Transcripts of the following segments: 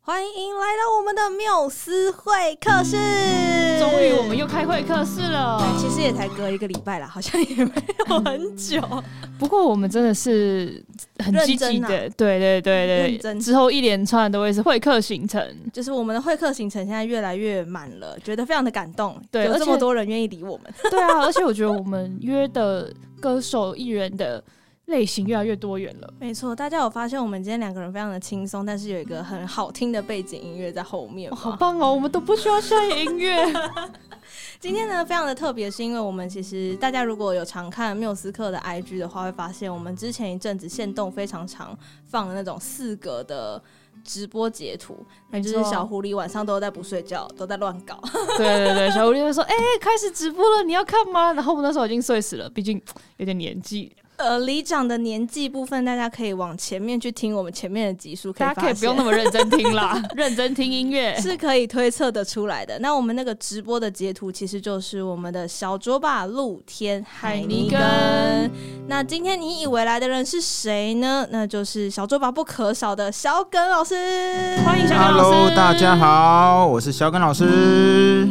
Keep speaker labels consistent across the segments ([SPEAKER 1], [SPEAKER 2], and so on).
[SPEAKER 1] 欢迎来到我们的缪斯会客室。
[SPEAKER 2] 嗯终于我们又开会客室了。
[SPEAKER 1] 其实也才隔一个礼拜啦，好像也没有很久。
[SPEAKER 2] 不过我们真的是很积极
[SPEAKER 1] 认真
[SPEAKER 2] 的，啊对对对
[SPEAKER 1] 认真
[SPEAKER 2] 对，之后一连串都会是会客行程。
[SPEAKER 1] 就是我们的会客行程现在越来越满了，觉得非常的感动，
[SPEAKER 2] 对
[SPEAKER 1] 有
[SPEAKER 2] 而
[SPEAKER 1] 这
[SPEAKER 2] 且
[SPEAKER 1] 么多人愿意理我们。
[SPEAKER 2] 对啊，而且我觉得我们约的歌手艺人的类型越来越多元了。
[SPEAKER 1] 没错，大家有发现我们今天两个人非常的轻松，但是有一个很好听的背景音乐在后面
[SPEAKER 2] 哦、
[SPEAKER 1] 吗、
[SPEAKER 2] 好棒哦！我们都不需要下音乐，
[SPEAKER 1] 今天呢，非常的特别，是因为我们其实大家如果有常看缪斯克的 IG 的话，会发现我们之前一阵子限动非常常放的那种四格的直播截图，那
[SPEAKER 2] 没
[SPEAKER 1] 就
[SPEAKER 2] 错
[SPEAKER 1] 是小狐狸晚上都在不睡觉，都在乱搞。
[SPEAKER 2] 对对对，小狐狸就说：“哎、开始直播了，你要看吗？”然后我们那时候已经睡死了，毕竟有点年纪，
[SPEAKER 1] 呃，里长的年纪部分，大家可以往前面去听我们前面的集数，可以
[SPEAKER 2] 大
[SPEAKER 1] 发现
[SPEAKER 2] 家可以不 用那么认真听啦， 认真听音乐。
[SPEAKER 1] 是可以推测得出来的。那我们那个直播的截图，其实就是我们的小卓吧、露天、海尼根。
[SPEAKER 2] 海
[SPEAKER 1] 那今天你以为来的人是谁呢？那就是小卓吧不可少的小耿老师。
[SPEAKER 2] 欢迎小耿老师
[SPEAKER 3] Hello，大家好，我是小耿老师。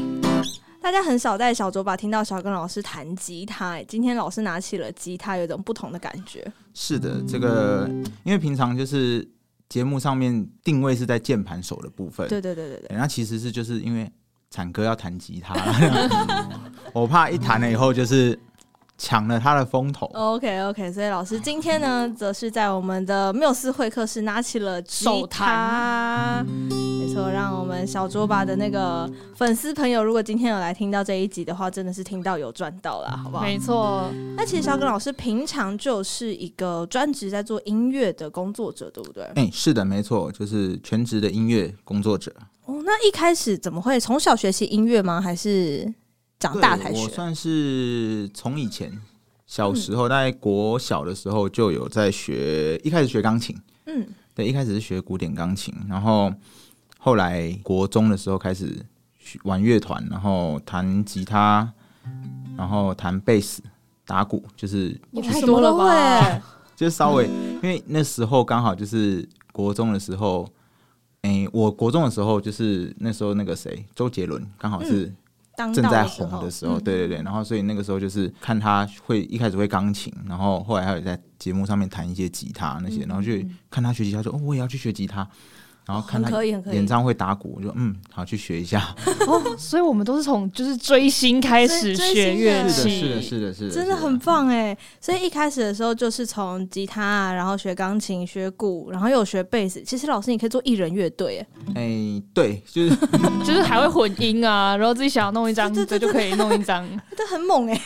[SPEAKER 1] 大家很少在小卓吧听到小耿老师弹吉他、哎今天老师拿起了吉他，有一种不同的感觉。
[SPEAKER 3] 是的，这个因为平常就是节目上面定位是在键盘手的部分，
[SPEAKER 1] 对对对对对，
[SPEAKER 3] 对，那其实是就是因为产哥要弹吉他， 我怕一弹了以后就是抢了他的风头。
[SPEAKER 2] 哦
[SPEAKER 1] OK OK，所以老师今天呢，则是在我们的缪斯会客室拿起了吉
[SPEAKER 2] 手
[SPEAKER 1] 他，没错，让我们小卓吧的那个粉丝朋友，如果今天有来听到这一集的话，真的是听到有赚到啦，好不好？
[SPEAKER 2] 没错，
[SPEAKER 1] 那其实小耿老师平常就是一个专职在做音乐的工作者，对不对？
[SPEAKER 3] 哎、是的，没错，就是全职的音乐工作者。
[SPEAKER 1] 哦，那一开始怎么会从小学习音乐吗？还是长啊大才
[SPEAKER 3] 对我
[SPEAKER 1] 学？嗯
[SPEAKER 3] 算是从以前小时候，大概国小的时候就有在学，一开始学钢琴。
[SPEAKER 1] 嗯，
[SPEAKER 3] 对，一开始是学古典钢琴，然后后来国中的时候开始学玩乐团，然后弹吉他，然后弹贝斯、打鼓，就是
[SPEAKER 2] 也
[SPEAKER 1] 太
[SPEAKER 2] 太
[SPEAKER 1] 多
[SPEAKER 2] 多
[SPEAKER 1] 了
[SPEAKER 2] 了
[SPEAKER 1] 吧
[SPEAKER 2] 吧？
[SPEAKER 3] 就是稍 微，因为那时候刚好就是国中的时候，诶、我国中的时候就是那时候那个谁，周杰伦刚好
[SPEAKER 1] 嗯
[SPEAKER 3] 是
[SPEAKER 1] 当
[SPEAKER 3] 正
[SPEAKER 1] 道
[SPEAKER 3] 在
[SPEAKER 1] 的时
[SPEAKER 3] 红
[SPEAKER 1] 候
[SPEAKER 3] 的时候，对对对，然后所以那个时候就是看他会一开始会钢琴，然后后来还有在节目上面弹一些吉他那些，然后就看他学吉他，说哦我也要去学吉他，然后看
[SPEAKER 1] 嗯很
[SPEAKER 3] 他
[SPEAKER 1] 可以，很可以，
[SPEAKER 3] 演唱会打鼓，我就嗯好去学 一下，
[SPEAKER 2] 哦，所以我们都是从就是追星开始
[SPEAKER 1] 追
[SPEAKER 2] 学乐
[SPEAKER 1] 是
[SPEAKER 2] 器，
[SPEAKER 3] 的是的
[SPEAKER 1] 真的很棒哎！所以一开始的时候就是从吉他、啊，然后学钢琴、学鼓，然后又有学贝斯。其实老师你可以做艺人乐队哎，
[SPEAKER 3] 哎对，就是
[SPEAKER 2] 就是还会混音啊，然后自己想要弄一张，
[SPEAKER 1] 对
[SPEAKER 2] 这
[SPEAKER 1] 对
[SPEAKER 2] 就可以弄一张。
[SPEAKER 1] 这很猛哎，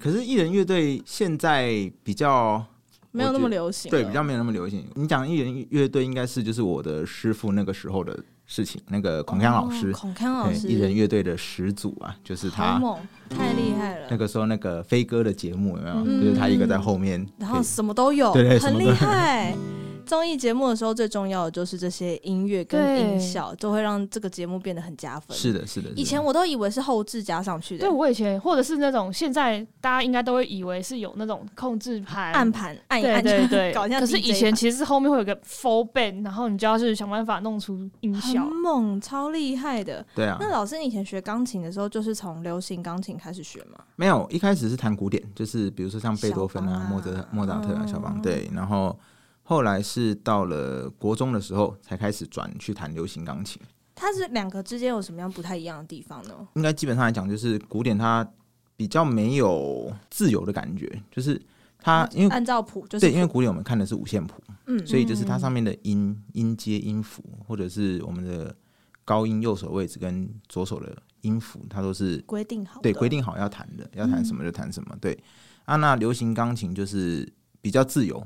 [SPEAKER 3] 可是艺人乐队现在比 较
[SPEAKER 1] 没有那么流行了，啊哦
[SPEAKER 3] 对比较没有那么流行，你讲艺人乐队应该是就是我的师傅那个时候的事情，那个孔锵老师
[SPEAKER 1] 哦。孔锵老
[SPEAKER 3] 对
[SPEAKER 1] 师，
[SPEAKER 3] 艺人乐队的始祖啊，就是
[SPEAKER 1] 好
[SPEAKER 3] 他
[SPEAKER 1] 猛，太厉害了
[SPEAKER 3] 那。个时候那个飞哥的节目有没有？
[SPEAKER 1] 嗯
[SPEAKER 3] 就是他一个在后面，
[SPEAKER 1] 然后什么都有，
[SPEAKER 3] 对对什
[SPEAKER 1] 很
[SPEAKER 3] 么都
[SPEAKER 1] 厉
[SPEAKER 3] 有
[SPEAKER 1] 害。综艺节目的时候，最重要的就是这些音乐跟
[SPEAKER 2] 对
[SPEAKER 1] 音效，都会让这个节目变得很加分。
[SPEAKER 3] 是的，是的。
[SPEAKER 1] 以前
[SPEAKER 3] 我
[SPEAKER 1] 我都以为是后置加上去的
[SPEAKER 2] 对，，我以前或者是那种现在大家应该都会以为是有那种控制盘
[SPEAKER 1] 按。盘按一
[SPEAKER 2] 对
[SPEAKER 1] 按就
[SPEAKER 2] 对对，
[SPEAKER 1] 搞一下
[SPEAKER 2] 可是
[SPEAKER 1] DJ
[SPEAKER 2] 以前其实后面会有个 full band，然后你就要去想办法弄出音
[SPEAKER 1] 很
[SPEAKER 2] 效。
[SPEAKER 1] 猛，超厉害的。
[SPEAKER 3] 对啊，
[SPEAKER 1] 那老师，你以前学钢琴的时候，就是从流行钢琴开始学吗？
[SPEAKER 3] 没有一开始是弹古典，就是比如说像贝多芬
[SPEAKER 1] 小芳啊
[SPEAKER 3] 啊、莫泽莫扎特啊、
[SPEAKER 1] 嗯
[SPEAKER 3] 小邦对，然后后来是到了国中的时候才开始转去弹流行钢琴。
[SPEAKER 1] 它是两个之间有什么样不太一样的地方呢？
[SPEAKER 3] 应该基本上来讲，就是古典它比较没有自由的感觉，就是它因为
[SPEAKER 1] 按照谱哦啊就是
[SPEAKER 3] 对，
[SPEAKER 1] 谱
[SPEAKER 3] 因为古典我们看的是五线谱，
[SPEAKER 1] 嗯
[SPEAKER 3] 所以就是它上面的音音阶、音符，或者是我们的高音右手位置跟左手的音符，它都是
[SPEAKER 1] 规定好的嗯
[SPEAKER 3] 对规定好要弹的，要弹什么就弹什么。对啊，那流行钢琴就是比较自由，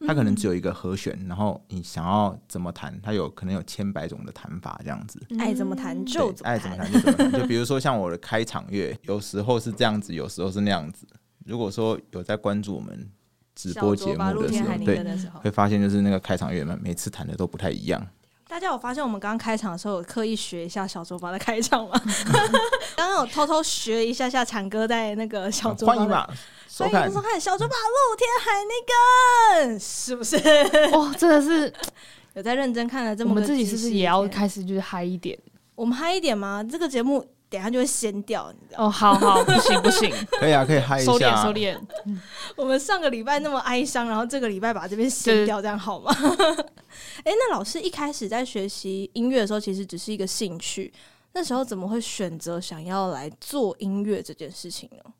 [SPEAKER 1] 嗯
[SPEAKER 3] 它可能只有一个和弦，然后你想要怎么弹，它有可能有千百种的弹法这样子。
[SPEAKER 2] 嗯
[SPEAKER 1] 爱怎么弹
[SPEAKER 3] 对
[SPEAKER 1] 嗯就怎么
[SPEAKER 3] 爱怎么
[SPEAKER 1] 弹，
[SPEAKER 3] 弹就怎么弹。就 比如说像我的开场乐，有时候是这样子，有时候是那样子。如果说有在关注我们直播节目
[SPEAKER 1] 露
[SPEAKER 3] 的时
[SPEAKER 1] 天
[SPEAKER 3] 候
[SPEAKER 1] 海，宁
[SPEAKER 3] 对
[SPEAKER 1] 根，的时候，
[SPEAKER 3] 会发现就是那个开场乐嘛，每次弹的都不太一样。
[SPEAKER 1] 大家有发现我们刚刚开场的时候有刻意学一下小卓吧的开场 吗？刚刚有偷偷学一下下产哥在那个小卓吧
[SPEAKER 3] 欢
[SPEAKER 1] 的
[SPEAKER 3] 迎，吧，收
[SPEAKER 1] 欢
[SPEAKER 3] 看
[SPEAKER 1] 迎收看小卓吧露天海那个是不是？
[SPEAKER 2] 哦 哇、真的是
[SPEAKER 1] 有在认真看了这
[SPEAKER 2] 我
[SPEAKER 1] 么个
[SPEAKER 2] 们自己是不
[SPEAKER 1] 知
[SPEAKER 2] 是
[SPEAKER 1] 识
[SPEAKER 2] 也要
[SPEAKER 1] 点
[SPEAKER 2] 开始就是嗨一点？
[SPEAKER 1] 我们嗨一点吗？这个节目等一下就会掀掉，你知道吗？
[SPEAKER 2] 哦，好好，不行不行，
[SPEAKER 3] 可以啊，可以嗨一
[SPEAKER 2] 收
[SPEAKER 3] 下
[SPEAKER 2] 敛
[SPEAKER 3] 啊，
[SPEAKER 2] 收敛。
[SPEAKER 1] 我们上个礼拜那么哀伤，然后这个礼拜把这边
[SPEAKER 2] 对
[SPEAKER 1] 掀掉，这样好吗？ 哎、那老师一开始在学习音乐的时候，其实只是一个兴趣，那时候怎么会选择想要来做音乐这件事情呢？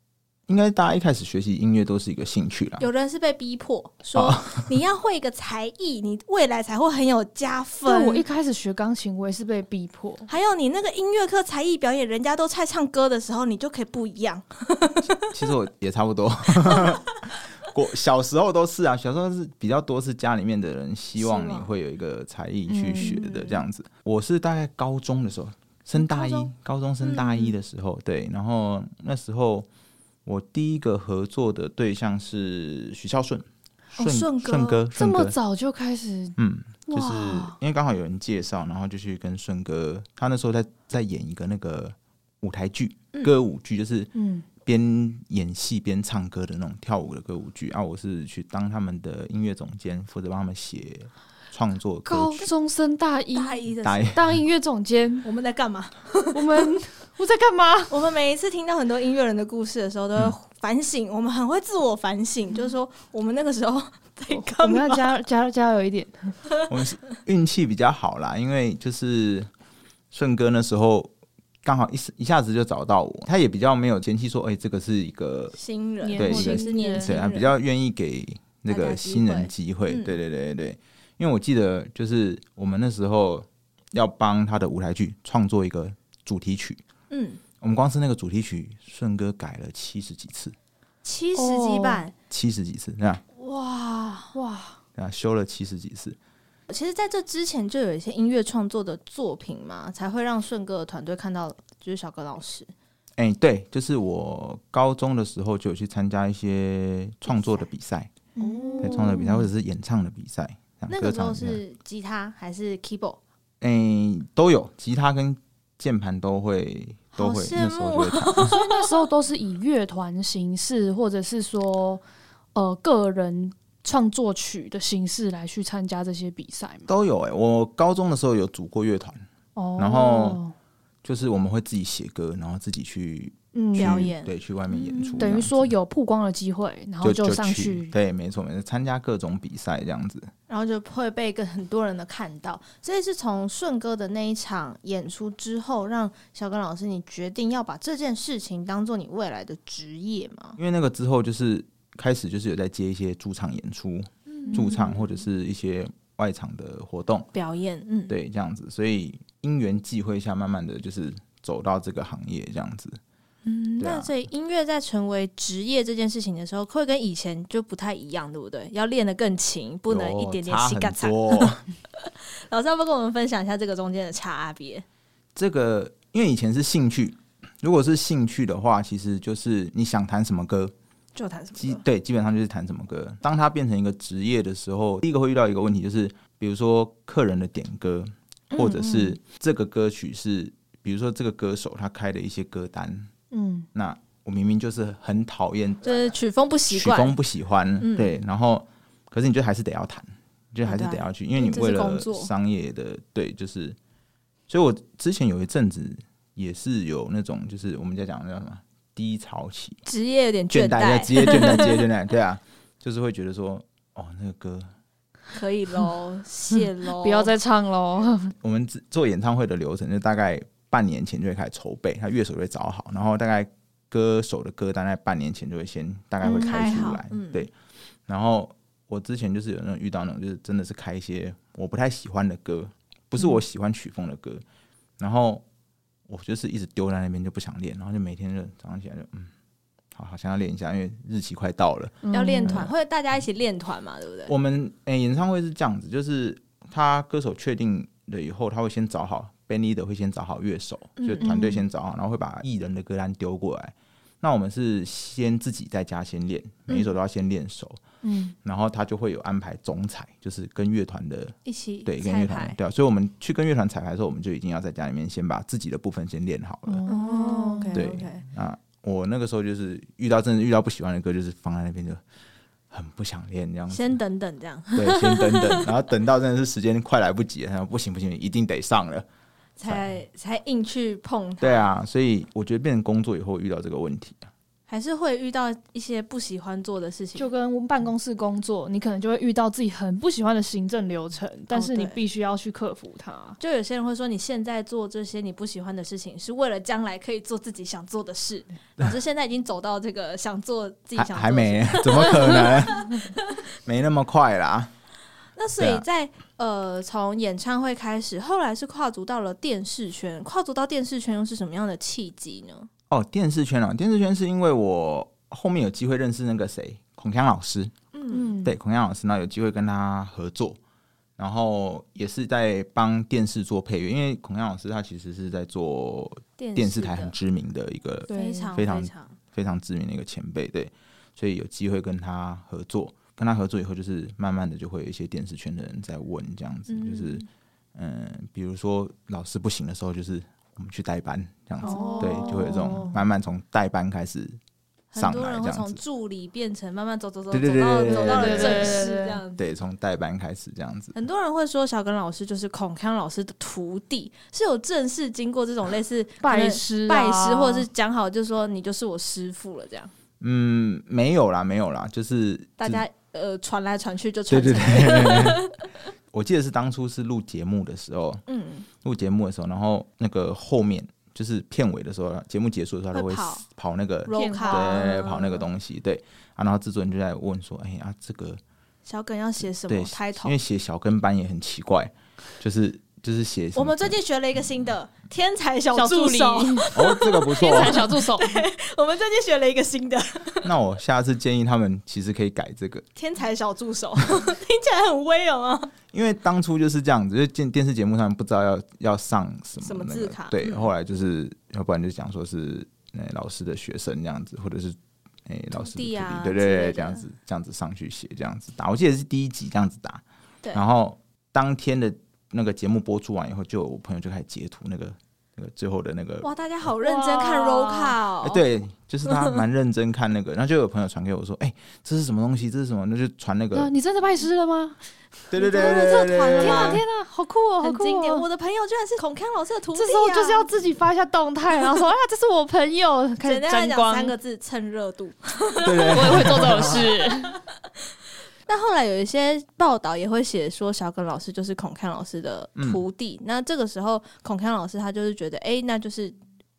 [SPEAKER 3] 应该大家一开始学习音乐都是一个兴趣啦。
[SPEAKER 1] 有的人是被逼迫说，
[SPEAKER 3] 哦
[SPEAKER 1] 你要会一个才艺，你未来才会很有加
[SPEAKER 2] 对我一
[SPEAKER 1] 分。
[SPEAKER 2] 开始学钢琴，我也是被逼迫。
[SPEAKER 1] 还有你那个音乐课才艺表演，人家都在唱歌的时候，你就可以不一样。
[SPEAKER 3] 其实我也差不多。我小时候都是啊，小时候是比较多是家里面的人希望
[SPEAKER 2] 希
[SPEAKER 3] 你
[SPEAKER 2] 望
[SPEAKER 3] 会有一个才艺去学的这样子。我是大概高中的时候，升大一，
[SPEAKER 1] 高
[SPEAKER 3] 高
[SPEAKER 1] 中
[SPEAKER 3] 中升大一的时候，对，然后那时候我第一个合作的对象是许孝顺，
[SPEAKER 1] 哦顺哥
[SPEAKER 3] 顺哥，
[SPEAKER 2] 这
[SPEAKER 3] 顺
[SPEAKER 2] 么
[SPEAKER 3] 哥，
[SPEAKER 2] 早就开始
[SPEAKER 3] 嗯，就
[SPEAKER 2] 哇
[SPEAKER 3] 是因为刚好有人介绍，然后就去跟顺哥，他那时候在在演一个那个舞台剧，歌舞剧，就是
[SPEAKER 2] 嗯
[SPEAKER 3] 边演戏边唱歌的那种跳舞的歌舞剧啊，我是去当他们的音乐总监，负责帮他们写创作歌
[SPEAKER 2] 高
[SPEAKER 3] 曲。啊
[SPEAKER 2] 中生大一
[SPEAKER 1] 大一的时候
[SPEAKER 3] 大一
[SPEAKER 2] 当音乐总监，
[SPEAKER 1] 我们在干嘛？
[SPEAKER 2] 我们 我在干嘛？
[SPEAKER 1] 我们每一次听到很多音乐人的故事的时候，都会反省，我们很会自我反省，就是说我们那个时候在
[SPEAKER 2] 我
[SPEAKER 1] 干
[SPEAKER 2] 们
[SPEAKER 1] 嘛
[SPEAKER 2] 要？加加加油一点。
[SPEAKER 3] 我们是运气比较好啦，因为就是顺哥那时候刚好一时一下子就找到我，他也比较没有嫌弃说，哎、这个是一个
[SPEAKER 1] 新人，
[SPEAKER 2] 年
[SPEAKER 3] 对
[SPEAKER 1] 或者
[SPEAKER 2] 轻
[SPEAKER 1] 嗯是年
[SPEAKER 2] 人
[SPEAKER 1] 轻
[SPEAKER 3] 对啊，
[SPEAKER 1] 人，
[SPEAKER 3] 比较愿意给那
[SPEAKER 1] 大家
[SPEAKER 3] 个
[SPEAKER 1] 机
[SPEAKER 3] 新
[SPEAKER 1] 会
[SPEAKER 3] 人机会。
[SPEAKER 1] 嗯
[SPEAKER 3] 对对对对对，因为我记得就是我们那时候要帮他的舞台剧创作一个主题曲，
[SPEAKER 1] 嗯，
[SPEAKER 3] 我们光是那个主题曲，顺哥改了七十几次，
[SPEAKER 1] 七十几版。
[SPEAKER 3] 七十几次，那
[SPEAKER 1] 哦
[SPEAKER 2] 哇哇，
[SPEAKER 3] 啊修了七十几次。
[SPEAKER 1] 其实，在这之前就有一些音乐创作的作品嘛，才会让顺哥的团队看到，就是小葛老师。
[SPEAKER 3] 哎、对，就是我高中的时候就有去参加一些创作的比赛，对，创作比赛或者是演唱的比赛，
[SPEAKER 1] 哦
[SPEAKER 3] 像
[SPEAKER 1] 那
[SPEAKER 3] 歌
[SPEAKER 1] 个时
[SPEAKER 3] 唱
[SPEAKER 1] 候
[SPEAKER 3] 比赛
[SPEAKER 1] 是吉他还是 keyboard？
[SPEAKER 3] 哎、都有，吉他跟键盘都会都
[SPEAKER 1] 好
[SPEAKER 3] 会，
[SPEAKER 1] 羡
[SPEAKER 3] 那时候
[SPEAKER 1] 慕
[SPEAKER 3] 就会弹。
[SPEAKER 2] 所以那时候都是以乐团形式，或者是说呃个人创作曲的形式来去参加这些比赛嘛。
[SPEAKER 3] 都有哎、我高中的时候有组过乐团，
[SPEAKER 2] 哦，
[SPEAKER 3] 然后就是我们会自己写歌，然后自己去
[SPEAKER 2] 嗯
[SPEAKER 3] 去
[SPEAKER 1] 表演嗯
[SPEAKER 3] 对，去外面演出这样子，
[SPEAKER 2] 等于说有曝光的机会，然后
[SPEAKER 3] 嗯就
[SPEAKER 2] 上
[SPEAKER 3] 去，对，没错，没错，参加各种比赛这样子。
[SPEAKER 1] 然后就会被跟很多人的看到。所以是从顺哥的那一场演出之后，让小耿老师你决定要把这件事情当做你未来的职业吗？
[SPEAKER 3] 因为那个之后就是开始就是有在接一些驻唱演出、
[SPEAKER 1] 嗯
[SPEAKER 2] 嗯
[SPEAKER 3] 驻唱或者是一些外场的活动，
[SPEAKER 1] 表演，嗯，
[SPEAKER 3] 对，这样子，所以因缘际会下，慢慢的就是走到这个行业这样子。
[SPEAKER 1] 嗯
[SPEAKER 3] 对啊
[SPEAKER 1] 那所以音乐在成为职业这件事情的时候，会跟以前就不太一样，对不对？要练得更勤，不能
[SPEAKER 3] 有
[SPEAKER 1] 一点点
[SPEAKER 3] 差
[SPEAKER 1] 膝盖
[SPEAKER 3] 很
[SPEAKER 1] 惨。
[SPEAKER 3] 多。
[SPEAKER 1] 老师要不要跟我们分享一下这个中间的差别？
[SPEAKER 3] 这个因为以前是兴趣，如果是兴趣的话，其实就是你想弹什么歌，
[SPEAKER 1] 就弹什
[SPEAKER 3] 基？对，基本上就是弹什么歌。当它变成一个职业的时候，第一个会遇到一个问题，就是比如说客人的点歌，或者是这个歌曲是，比如说这个歌手他开的一些歌单，
[SPEAKER 2] 嗯，
[SPEAKER 3] 那我明明就是很讨厌
[SPEAKER 1] 就是曲风不习
[SPEAKER 3] 曲
[SPEAKER 1] 惯，
[SPEAKER 3] 风不喜欢，
[SPEAKER 1] 嗯
[SPEAKER 3] 对，然后可是你就还是得要弹，你就还是得要去，因为你
[SPEAKER 1] 啊这是
[SPEAKER 3] 为
[SPEAKER 1] 工
[SPEAKER 3] 了
[SPEAKER 1] 作
[SPEAKER 3] 商业的，对，就是，所以我之前有一阵子也是有那种，就是我们在讲那叫什么低潮期，
[SPEAKER 1] 职业有点倦
[SPEAKER 3] 倦怠，
[SPEAKER 1] 怠，
[SPEAKER 3] 直接倦怠，直接倦怠，对啊，就是会觉得说，哦，那个歌，
[SPEAKER 1] 可以 喽，谢喽，
[SPEAKER 2] 不要再唱喽。
[SPEAKER 3] 我们只做演唱会的流程就大概半年前就会开始筹备，他乐手就会找好，然后大概歌手的歌单在半年前就会先大概会开
[SPEAKER 1] 嗯开
[SPEAKER 3] 出
[SPEAKER 1] 好
[SPEAKER 3] 来，
[SPEAKER 1] 嗯
[SPEAKER 3] 对。然后我之前就是有那种遇到那种就是真的是开一些我不太喜欢的歌，不是我喜欢曲风的歌，然后我就是一直丢在那边就不想练，然后就每天就早上起来就嗯，好好像要练一下，因为日期快到了。
[SPEAKER 2] 嗯
[SPEAKER 1] 要练团，或者大家一起练团嘛，对不对？
[SPEAKER 3] 我们诶、演唱会是这样子，就是他歌手确定了以后，他会先找好 band leader，会先找好乐手，
[SPEAKER 1] 嗯
[SPEAKER 3] 就团队先找好，然后会把艺人的歌单丢过来。那我们是先自己在家先练，
[SPEAKER 1] 嗯
[SPEAKER 3] 每一首都要先练熟，
[SPEAKER 2] 嗯，
[SPEAKER 3] 然后他就会有安排总彩，就是跟乐团的
[SPEAKER 1] 一起
[SPEAKER 3] 对跟
[SPEAKER 1] 彩
[SPEAKER 3] 乐团
[SPEAKER 1] 排
[SPEAKER 3] 的。对啊，所以我们去跟乐团彩排的时候，我们就已经要在家里面先把自己的部分先练好了。
[SPEAKER 1] 哦，OK
[SPEAKER 3] 对
[SPEAKER 1] OK，
[SPEAKER 3] 啊，我那个时候就是遇到真的遇到不喜欢的歌，就是放在那边就很不想练这样子，
[SPEAKER 1] 先等等这样
[SPEAKER 3] 对， 先等等，然后等到真的是时间快来不及了，然后不行不行，一定得 上了。
[SPEAKER 1] 才才硬去碰它，
[SPEAKER 3] 对啊，所以我觉得变成工作以后遇到这个问题，
[SPEAKER 1] 还是会遇到一些不喜欢做的事情。
[SPEAKER 2] 就跟办公室工作，你可能就会遇到自己很不喜欢的行政流程，但是你
[SPEAKER 1] 哦对
[SPEAKER 2] 必须要去克服它。
[SPEAKER 1] 就有些人会说，你现在做这些你不喜欢的事情，是为了将来可以做自己想做的事。老师现在已经走到这个想做自己
[SPEAKER 3] 还
[SPEAKER 1] 想做的
[SPEAKER 3] 还
[SPEAKER 1] 事
[SPEAKER 3] 没，怎么可能？ 没那么快啦。
[SPEAKER 1] 那所以
[SPEAKER 3] 对啊
[SPEAKER 1] 在、呃，从演唱会开始，后来是跨足到了电视圈，跨足到电视圈又是什么样的契机呢？
[SPEAKER 3] 哦，电视圈啊，电视圈是因为我后面有机会认识那个谁，孔锵老师，
[SPEAKER 1] 嗯，
[SPEAKER 2] 嗯，
[SPEAKER 3] 对，孔锵老师，那有机会跟他合作，然后也是在帮电视做配乐，因为孔锵老师他其实是在做
[SPEAKER 1] 电
[SPEAKER 3] 电
[SPEAKER 1] 视
[SPEAKER 3] 视台很
[SPEAKER 1] 的
[SPEAKER 3] 知名的一个
[SPEAKER 1] 非
[SPEAKER 2] 对
[SPEAKER 1] 常
[SPEAKER 3] 非常
[SPEAKER 1] 常
[SPEAKER 3] 非常知名的一个前辈，对，所以有机会跟他合作，跟他合作以后，就是慢慢的就会有一些电视圈的人在问这样子，就是嗯、比如说老师不行的时候，就是我们去代班这样子，
[SPEAKER 2] 哦
[SPEAKER 3] 对，就会有这种慢慢从代班开始
[SPEAKER 1] 很
[SPEAKER 3] 上
[SPEAKER 1] 多
[SPEAKER 3] 来
[SPEAKER 1] 人
[SPEAKER 3] 这
[SPEAKER 1] 会
[SPEAKER 3] 样
[SPEAKER 1] 从
[SPEAKER 3] 子，
[SPEAKER 1] 助理变成慢慢走走走走
[SPEAKER 3] 对对对
[SPEAKER 1] 到
[SPEAKER 3] 对
[SPEAKER 1] 走到了
[SPEAKER 3] 对对
[SPEAKER 1] 正
[SPEAKER 2] 对
[SPEAKER 1] 式
[SPEAKER 2] 对
[SPEAKER 1] 这样子。
[SPEAKER 3] 对，从代班开始这样子，
[SPEAKER 1] 很多人会说小耿老师就是孔康老师的徒弟，是有正式经过这种类似
[SPEAKER 2] 拜
[SPEAKER 1] 师、啊
[SPEAKER 2] 师、
[SPEAKER 1] 拜师，或者是讲好就说你就是我师傅了这样，
[SPEAKER 3] 嗯，没有啦，没有啦，就是
[SPEAKER 1] 大
[SPEAKER 3] 只
[SPEAKER 1] 家呃传来传去就
[SPEAKER 3] 对
[SPEAKER 1] 传
[SPEAKER 3] 对
[SPEAKER 1] 承。
[SPEAKER 3] 对。我记得是当初是录节目的时候，
[SPEAKER 1] 嗯，
[SPEAKER 3] 录节目的时候，然后那个后面就是片尾的时候，节目结束的时候，他都
[SPEAKER 1] 会
[SPEAKER 3] 会
[SPEAKER 1] 跑
[SPEAKER 3] 跑那个
[SPEAKER 1] roll
[SPEAKER 2] 片
[SPEAKER 1] call
[SPEAKER 3] 对，跑那个东西，对啊，然后制作人就在问说，哎、啊，这个
[SPEAKER 1] 小耿要写什
[SPEAKER 3] 对
[SPEAKER 1] 么开，头
[SPEAKER 3] 因为？写小跟班也很奇怪，就是就是写什么
[SPEAKER 1] 我们最近学了一个新的天才小
[SPEAKER 2] 小
[SPEAKER 1] 助
[SPEAKER 2] 助理、
[SPEAKER 1] 手，
[SPEAKER 3] 哦，这个不错
[SPEAKER 2] 天才
[SPEAKER 3] 哦，
[SPEAKER 2] 小助 手，
[SPEAKER 1] 我们最近学了一个新的
[SPEAKER 3] 那我下次建议他们其实可以改这个，
[SPEAKER 1] 天才小助手， 听起来很威哦啊！
[SPEAKER 3] 因为当初就是这样子，就电电视节目上不知道要要上什么、那
[SPEAKER 1] 什么
[SPEAKER 3] 个、
[SPEAKER 1] 字卡
[SPEAKER 3] 对，
[SPEAKER 1] 嗯
[SPEAKER 3] 后来就是要不然就讲说是呃老师的学生这样子，或者是哎、老师的徒
[SPEAKER 1] 弟啊
[SPEAKER 3] 对
[SPEAKER 1] 之
[SPEAKER 3] 对
[SPEAKER 1] 类的
[SPEAKER 3] 对，这样子这样子上去写这样子打，我记得是第一集这样子打，
[SPEAKER 1] 对
[SPEAKER 3] 然后当天的那个节目播出完以后，就有我朋友就开始截图那个那个最后的那 个。
[SPEAKER 1] 哇，大家好认真看 roll
[SPEAKER 2] 哇
[SPEAKER 1] call，、
[SPEAKER 3] 哎，对，就是他蛮认真看那个，然后就有朋友传给我说：“哎、这是什么东西？这是什么？”那就传那
[SPEAKER 2] 啊
[SPEAKER 3] 个，
[SPEAKER 2] 你真的拜师了吗？
[SPEAKER 3] 对对对
[SPEAKER 1] 你
[SPEAKER 3] 对
[SPEAKER 1] 看
[SPEAKER 3] 对
[SPEAKER 1] 这
[SPEAKER 3] 对对
[SPEAKER 1] 团天啊
[SPEAKER 2] 啊，天哪，好酷哦，好
[SPEAKER 1] 很
[SPEAKER 2] 酷
[SPEAKER 1] 经典。
[SPEAKER 2] 哦！
[SPEAKER 1] 我的朋友居然是孔康老师的徒弟、啊，
[SPEAKER 2] 这时候就是要自己发一下动态，然后说：“啊，这是我朋 友。”开始
[SPEAKER 1] 简单来
[SPEAKER 2] 沾
[SPEAKER 1] 讲
[SPEAKER 2] 光。
[SPEAKER 1] 三个字：蹭热度。
[SPEAKER 3] 对 对
[SPEAKER 2] 我也会做这种事。
[SPEAKER 1] 但后来有一些报道也会写说，小耿老师就是孔康老师的徒弟。
[SPEAKER 3] 嗯
[SPEAKER 1] 那这个时候，孔康老师他就是觉得，哎、那就是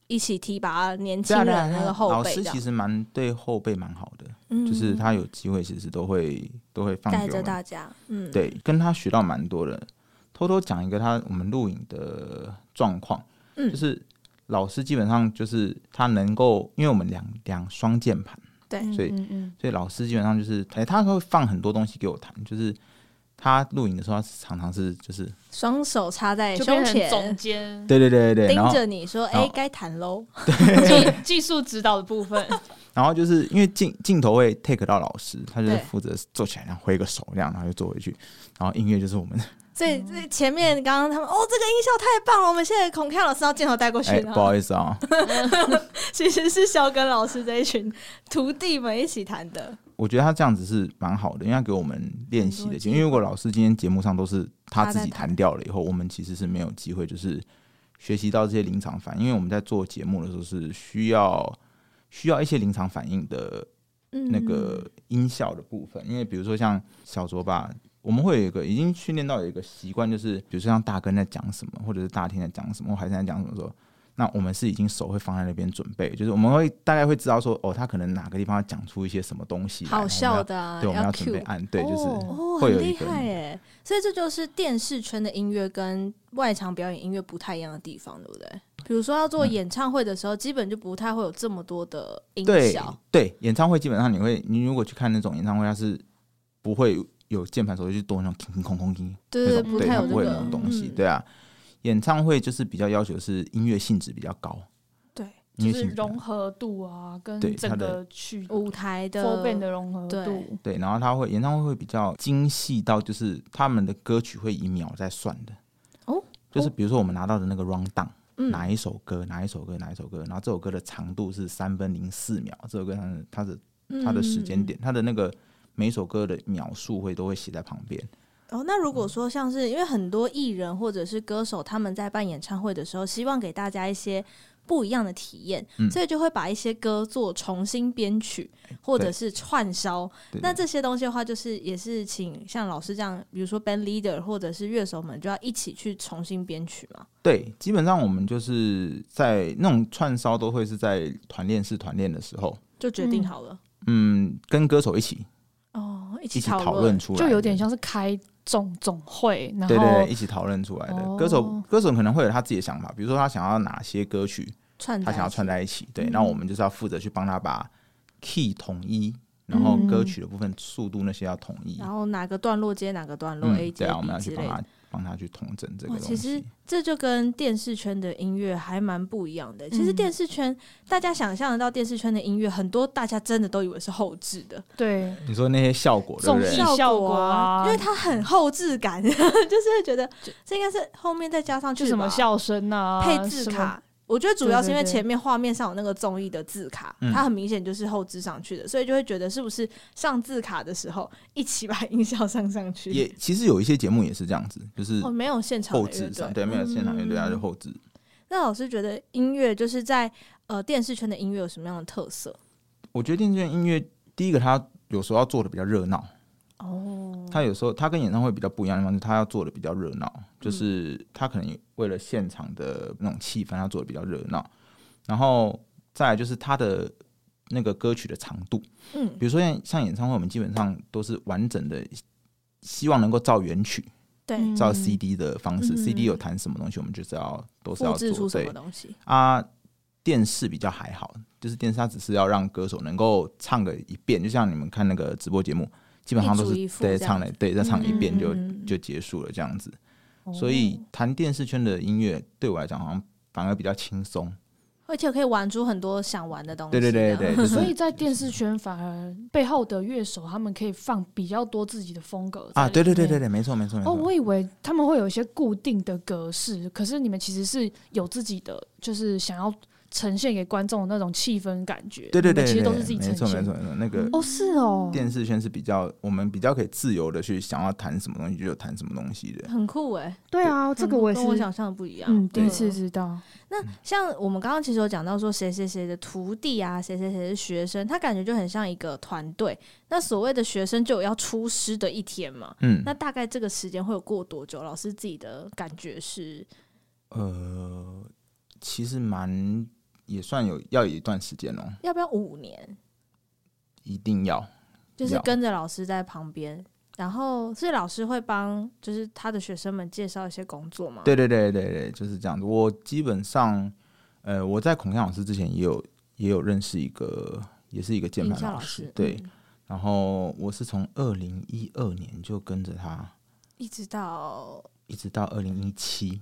[SPEAKER 1] 一起提拔年轻
[SPEAKER 3] 对啊
[SPEAKER 1] 人
[SPEAKER 3] 对啊
[SPEAKER 1] 那
[SPEAKER 3] 对啊
[SPEAKER 1] 个后
[SPEAKER 3] 老
[SPEAKER 1] 辈这
[SPEAKER 3] 师
[SPEAKER 1] 样，
[SPEAKER 3] 其实蛮对后辈蛮好的，
[SPEAKER 1] 嗯
[SPEAKER 3] 就是他有机会其实都会都会放
[SPEAKER 1] 带
[SPEAKER 3] 给我
[SPEAKER 1] 着
[SPEAKER 3] 们，
[SPEAKER 1] 大家，嗯，
[SPEAKER 3] 对，跟他学到蛮多的。偷偷讲一个他我们录影的状况，
[SPEAKER 1] 嗯
[SPEAKER 3] 就是老师基本上就是他能够，因为我们两两双键盘，
[SPEAKER 1] 对，
[SPEAKER 3] 所以
[SPEAKER 2] 嗯嗯
[SPEAKER 3] 所以老师基本上就是，哎、他会放很多东西给我弹，就是他录影的时候，他常常是就是，
[SPEAKER 1] 双手插在
[SPEAKER 2] 嗯，就
[SPEAKER 1] 胸
[SPEAKER 2] 变成总
[SPEAKER 1] 前，
[SPEAKER 2] 监
[SPEAKER 3] 对对对对对，然
[SPEAKER 1] 盯
[SPEAKER 3] 后
[SPEAKER 1] 着你说，
[SPEAKER 3] 然
[SPEAKER 1] 哎
[SPEAKER 3] 后，
[SPEAKER 1] 该弹喽。
[SPEAKER 2] 技技术指导的部 分，
[SPEAKER 3] 然后就是因为镜镜头会 take 到老师，他就是
[SPEAKER 1] 对
[SPEAKER 3] 负责坐起来，然后挥个手这样，然后就坐回去。然后音乐就是我 们，
[SPEAKER 1] 所
[SPEAKER 3] 嗯
[SPEAKER 1] 以这前面刚刚他们哦，这个音效太棒了，我们现在孔康老师要镜头带过去
[SPEAKER 3] 哎、
[SPEAKER 1] 了。
[SPEAKER 3] 不好意思啊，
[SPEAKER 1] 其实是小耿老师这一群徒弟们一起弹的，
[SPEAKER 3] 我觉得他这样子是蛮好的，因为他给我们练习的机会。因为如果老师今天节目上都是他自己弹掉了以后，我们其实是没有机会就是学习到这些临场反应，因为我们在做节目的时候是需要需要一些临场反应的
[SPEAKER 1] 嗯
[SPEAKER 3] 那个音效的部分，因为比如说像小卓吧，我们会有一个已经训练到有一个习惯，就是比如说像大根在讲什么，或者是大天在讲什么，或海山在讲什么的时候，那我们是已经手会放在那边准备，就是我们会大概会知道说，哦，他可能哪个地方要讲出一些什么东西来，
[SPEAKER 1] 好笑
[SPEAKER 3] 的，
[SPEAKER 1] 的、啊，
[SPEAKER 3] 对，我们
[SPEAKER 1] 要
[SPEAKER 3] 要准
[SPEAKER 1] Q
[SPEAKER 3] 备按，对，就是
[SPEAKER 2] 哦
[SPEAKER 1] 哦，
[SPEAKER 3] 会
[SPEAKER 1] 很
[SPEAKER 3] 有一
[SPEAKER 1] 厉
[SPEAKER 3] 个
[SPEAKER 1] 害耶！所以这就是电视圈的音乐跟外场表演音乐不太一样的地方，对不对？比如说要
[SPEAKER 3] 嗯
[SPEAKER 1] 做演唱会的时候，基本就不太会有这么多的音
[SPEAKER 3] 对
[SPEAKER 1] 效，
[SPEAKER 3] 对，演唱会基本上你会，你如果去看那种演唱会，它是不会有键盘手去多那种空空空空，
[SPEAKER 1] 对
[SPEAKER 3] 那
[SPEAKER 1] 对
[SPEAKER 3] 种
[SPEAKER 1] 不
[SPEAKER 3] 对，
[SPEAKER 1] 太
[SPEAKER 3] 它
[SPEAKER 1] 有
[SPEAKER 3] 不
[SPEAKER 1] 这
[SPEAKER 3] 会有
[SPEAKER 1] 个
[SPEAKER 3] 那种东西，
[SPEAKER 1] 嗯
[SPEAKER 3] 对啊。演唱会就是比较要求是音乐性质比较高，
[SPEAKER 1] 对
[SPEAKER 2] 就
[SPEAKER 3] 音乐
[SPEAKER 2] 是
[SPEAKER 3] 性质比较
[SPEAKER 2] 融合度啊，跟
[SPEAKER 3] 对
[SPEAKER 2] 整
[SPEAKER 3] 它的
[SPEAKER 2] 个曲
[SPEAKER 1] 舞台
[SPEAKER 2] f
[SPEAKER 1] 的
[SPEAKER 2] o r b a n 的融合
[SPEAKER 1] 对
[SPEAKER 2] 度。
[SPEAKER 3] 对，然后他会演唱会会比较精细到，就是他们的歌曲会以秒在算的。
[SPEAKER 1] 哦，
[SPEAKER 3] 就是比如说我们拿到的那个 round down，、
[SPEAKER 1] 嗯
[SPEAKER 3] 哪一首歌，哪一首歌，哪一首歌，然后
[SPEAKER 1] 嗯
[SPEAKER 3] 这嗯首歌的长度是三分零四秒，这首歌它的它的它的时间点，它的那个每首歌的描述会都会写在旁边。
[SPEAKER 1] 哦，那如
[SPEAKER 3] 嗯
[SPEAKER 1] 果说像是因为很多艺人或者是歌手，他们在办演唱会的时候，希望给大家一些不一样的体验，
[SPEAKER 3] 嗯哎
[SPEAKER 1] 所以就会把一些歌做重新编曲或者是串烧。
[SPEAKER 3] 对
[SPEAKER 1] 那这些东西的话，就是也是请像老师这样，比如说 band leader 或者是乐手们，就要一起去重新编曲嘛。
[SPEAKER 3] 对，基本上我们就是在那种串烧都会是在团练室团练的时候，
[SPEAKER 1] 就决定好了。
[SPEAKER 3] 嗯，跟歌手一起
[SPEAKER 1] 哦，一
[SPEAKER 3] 一
[SPEAKER 1] 起
[SPEAKER 3] 起
[SPEAKER 1] 讨
[SPEAKER 3] 讨论出来的，
[SPEAKER 2] 就有点像是开总总会，然
[SPEAKER 3] 对对对，
[SPEAKER 2] 后
[SPEAKER 3] 一起讨论出来的。
[SPEAKER 2] 哦
[SPEAKER 3] 歌手歌手可能会有他自己的想法，比如说他想要哪些歌曲，
[SPEAKER 1] 串在
[SPEAKER 3] 他
[SPEAKER 1] 一
[SPEAKER 3] 想要
[SPEAKER 1] 起
[SPEAKER 3] 串在一起，对，
[SPEAKER 2] 嗯
[SPEAKER 3] 那我们就是要负责去帮他把 key 统一，然后歌曲的部分速度那些要统一
[SPEAKER 1] 然，后哪个段落接哪个段落、
[SPEAKER 3] 嗯
[SPEAKER 1] A 接
[SPEAKER 3] 对啊，我
[SPEAKER 1] B
[SPEAKER 3] 们要
[SPEAKER 1] 之
[SPEAKER 3] 去
[SPEAKER 1] 类
[SPEAKER 3] 帮
[SPEAKER 1] 的。
[SPEAKER 3] 他帮他去统整这个
[SPEAKER 1] 哇，
[SPEAKER 3] 东
[SPEAKER 1] 其实
[SPEAKER 3] 西。
[SPEAKER 1] 这就跟电视圈的音乐还蛮不一样的。其实
[SPEAKER 2] 嗯
[SPEAKER 1] 电视圈、大家想象得到电视圈的音乐，很多大家真的都以为是后置的
[SPEAKER 2] 对
[SPEAKER 3] 你说那些效果对不
[SPEAKER 2] 综
[SPEAKER 3] 对嗯
[SPEAKER 2] 艺？效果
[SPEAKER 1] 啊
[SPEAKER 2] 啊，
[SPEAKER 1] 因为它很后置感， 就是会觉得这应该是后面再加上去
[SPEAKER 2] 就什么
[SPEAKER 1] 吧
[SPEAKER 2] 笑声啊，
[SPEAKER 1] 配字
[SPEAKER 2] 什么
[SPEAKER 1] 卡。我觉得主要是因为
[SPEAKER 2] 对对对
[SPEAKER 1] 前面画面上有那个综艺的字卡，
[SPEAKER 3] 嗯
[SPEAKER 1] 它很明显就是后置上去的，所以就会觉得是不是上字卡的时候一起把音效上上去？
[SPEAKER 3] 也其实有一些节目也是这样子，就是
[SPEAKER 1] 哦，没有现场
[SPEAKER 3] 后
[SPEAKER 1] 的乐
[SPEAKER 3] 置上
[SPEAKER 1] 队嗯
[SPEAKER 3] 对，没有现场
[SPEAKER 2] 嗯
[SPEAKER 3] 乐队，啊他就后置。
[SPEAKER 1] 那老师觉得音乐就是在呃电视圈的音乐有什么样的特色？
[SPEAKER 3] 我觉得电视圈音乐第一个，他有时候要做的比较热闹，
[SPEAKER 1] 哦，
[SPEAKER 3] 他有时候他跟演唱会比较不一样的地方是，他要做的比较热闹，就是他可能为了现场的那种气氛，他做的比较热闹。然后再来就是他的那个歌曲的长度，
[SPEAKER 1] 嗯，
[SPEAKER 3] 比如说像像演唱会，我们基本上都是完整的，希望能够照原曲、
[SPEAKER 1] 对，
[SPEAKER 2] 嗯
[SPEAKER 3] 照 CD 的方式、
[SPEAKER 1] 嗯
[SPEAKER 3] c d 有弹什么东西，我们就是要都
[SPEAKER 1] 复
[SPEAKER 3] 是要
[SPEAKER 1] 制出
[SPEAKER 3] 做
[SPEAKER 1] 什
[SPEAKER 3] 对
[SPEAKER 1] 么东西？
[SPEAKER 3] 啊。电视比较还好，就是电视它只是要让歌手能够唱个一遍，就像你们看那个直播节目，基本上都
[SPEAKER 1] 一
[SPEAKER 3] 是
[SPEAKER 1] 组一副
[SPEAKER 3] 对
[SPEAKER 1] 这
[SPEAKER 3] 唱
[SPEAKER 1] 样
[SPEAKER 3] 了对再唱一遍就
[SPEAKER 1] 嗯
[SPEAKER 3] 就结束了这样子。
[SPEAKER 2] 哦
[SPEAKER 3] 所以谈电视圈的音乐对我来讲好像反而比较轻松。
[SPEAKER 1] 而且可以玩出很多想玩的东西。
[SPEAKER 3] 对对对
[SPEAKER 1] 这样
[SPEAKER 3] 对，就是
[SPEAKER 2] 哦啊 所以在电视圈反而背后的乐手他们可以放比较多自己的风格
[SPEAKER 3] 啊，对对对对
[SPEAKER 2] 对。
[SPEAKER 3] 对，没错没错没
[SPEAKER 2] 哦，
[SPEAKER 3] 错。
[SPEAKER 2] 我以为他们会有一些固定的格式，可是你们其实是有自己的，就是想要呈现给观众的那种气氛感觉。
[SPEAKER 3] 对对
[SPEAKER 2] 你
[SPEAKER 3] 对
[SPEAKER 2] 们其
[SPEAKER 3] 对，
[SPEAKER 2] 实
[SPEAKER 3] 对
[SPEAKER 2] 都是自己
[SPEAKER 3] 没
[SPEAKER 2] 呈
[SPEAKER 3] 错没
[SPEAKER 2] 现
[SPEAKER 3] 错。没错。那个
[SPEAKER 2] 哦，是哦，
[SPEAKER 3] 电视圈是比较我们比较可以自由的去想要谈什么东西就谈什么东西的。
[SPEAKER 1] 很酷哎、
[SPEAKER 2] 对啊，这个我也
[SPEAKER 1] 跟我
[SPEAKER 2] 是，
[SPEAKER 1] 想象的不一样。
[SPEAKER 2] 嗯，第一
[SPEAKER 1] 对
[SPEAKER 2] 次知道。
[SPEAKER 1] 那像我们刚刚其实有讲到说谁谁谁的徒弟啊，谁谁谁的学生，他感觉就很像一个团队。那所谓的学生就有要出师的一天嘛？
[SPEAKER 3] 嗯，
[SPEAKER 1] 那大概这个时间会有过多久？老师自己的感觉是，
[SPEAKER 3] 呃，其实蛮也算有要有一段时间哦，
[SPEAKER 1] 要不要五年？
[SPEAKER 3] 一定要。
[SPEAKER 1] 就是
[SPEAKER 3] 要
[SPEAKER 1] 跟着老师在旁边，然后所以老师会帮就是他的学生们介绍一些工作嘛。，
[SPEAKER 3] 对对对对对，就是这样子。我基本上，呃，我在孔亮老师之前也有也有认识一个，也是一个键
[SPEAKER 1] 印
[SPEAKER 3] 盘
[SPEAKER 1] 象
[SPEAKER 3] 老
[SPEAKER 1] 师
[SPEAKER 3] 对。
[SPEAKER 1] 嗯
[SPEAKER 3] 然后我是从二零一二年就跟着他，
[SPEAKER 1] 一直到
[SPEAKER 3] 一直到二零一七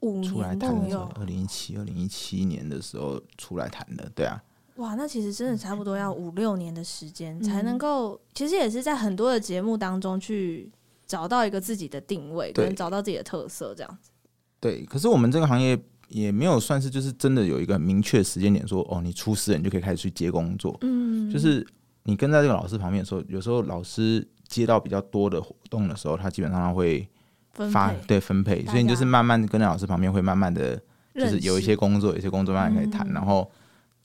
[SPEAKER 1] 五
[SPEAKER 3] 出来
[SPEAKER 1] 年
[SPEAKER 3] 谈的
[SPEAKER 1] 左
[SPEAKER 3] 时候
[SPEAKER 1] 右，，
[SPEAKER 3] 二零一七二零一七年的时候出来谈的，对啊，
[SPEAKER 1] 哇，那其实真的差不多要五六年的时间
[SPEAKER 2] 嗯
[SPEAKER 1] 才能够，其实也是在很多的节目当中去找到一个自己的定位，
[SPEAKER 3] 对
[SPEAKER 1] 跟找到自己的特色这样子。
[SPEAKER 3] 对。可是我们这个行业也没有算是就是真的有一个很明确的时间点说，哦，你出师了你就可以开始去接工作，
[SPEAKER 1] 嗯
[SPEAKER 3] 就是你跟在这个老师旁边的时候，有时候老师接到比较多的活动的时候，他基本上他会
[SPEAKER 1] 分
[SPEAKER 3] 发
[SPEAKER 1] 配
[SPEAKER 3] 对分配，
[SPEAKER 1] 大
[SPEAKER 3] 所以你就
[SPEAKER 1] 家
[SPEAKER 3] 是慢慢地跟在老师旁边，会慢慢的，就
[SPEAKER 1] 认
[SPEAKER 3] 是有一
[SPEAKER 1] 识
[SPEAKER 3] 些工作，有一些工作慢慢可以谈，
[SPEAKER 1] 嗯
[SPEAKER 3] 然后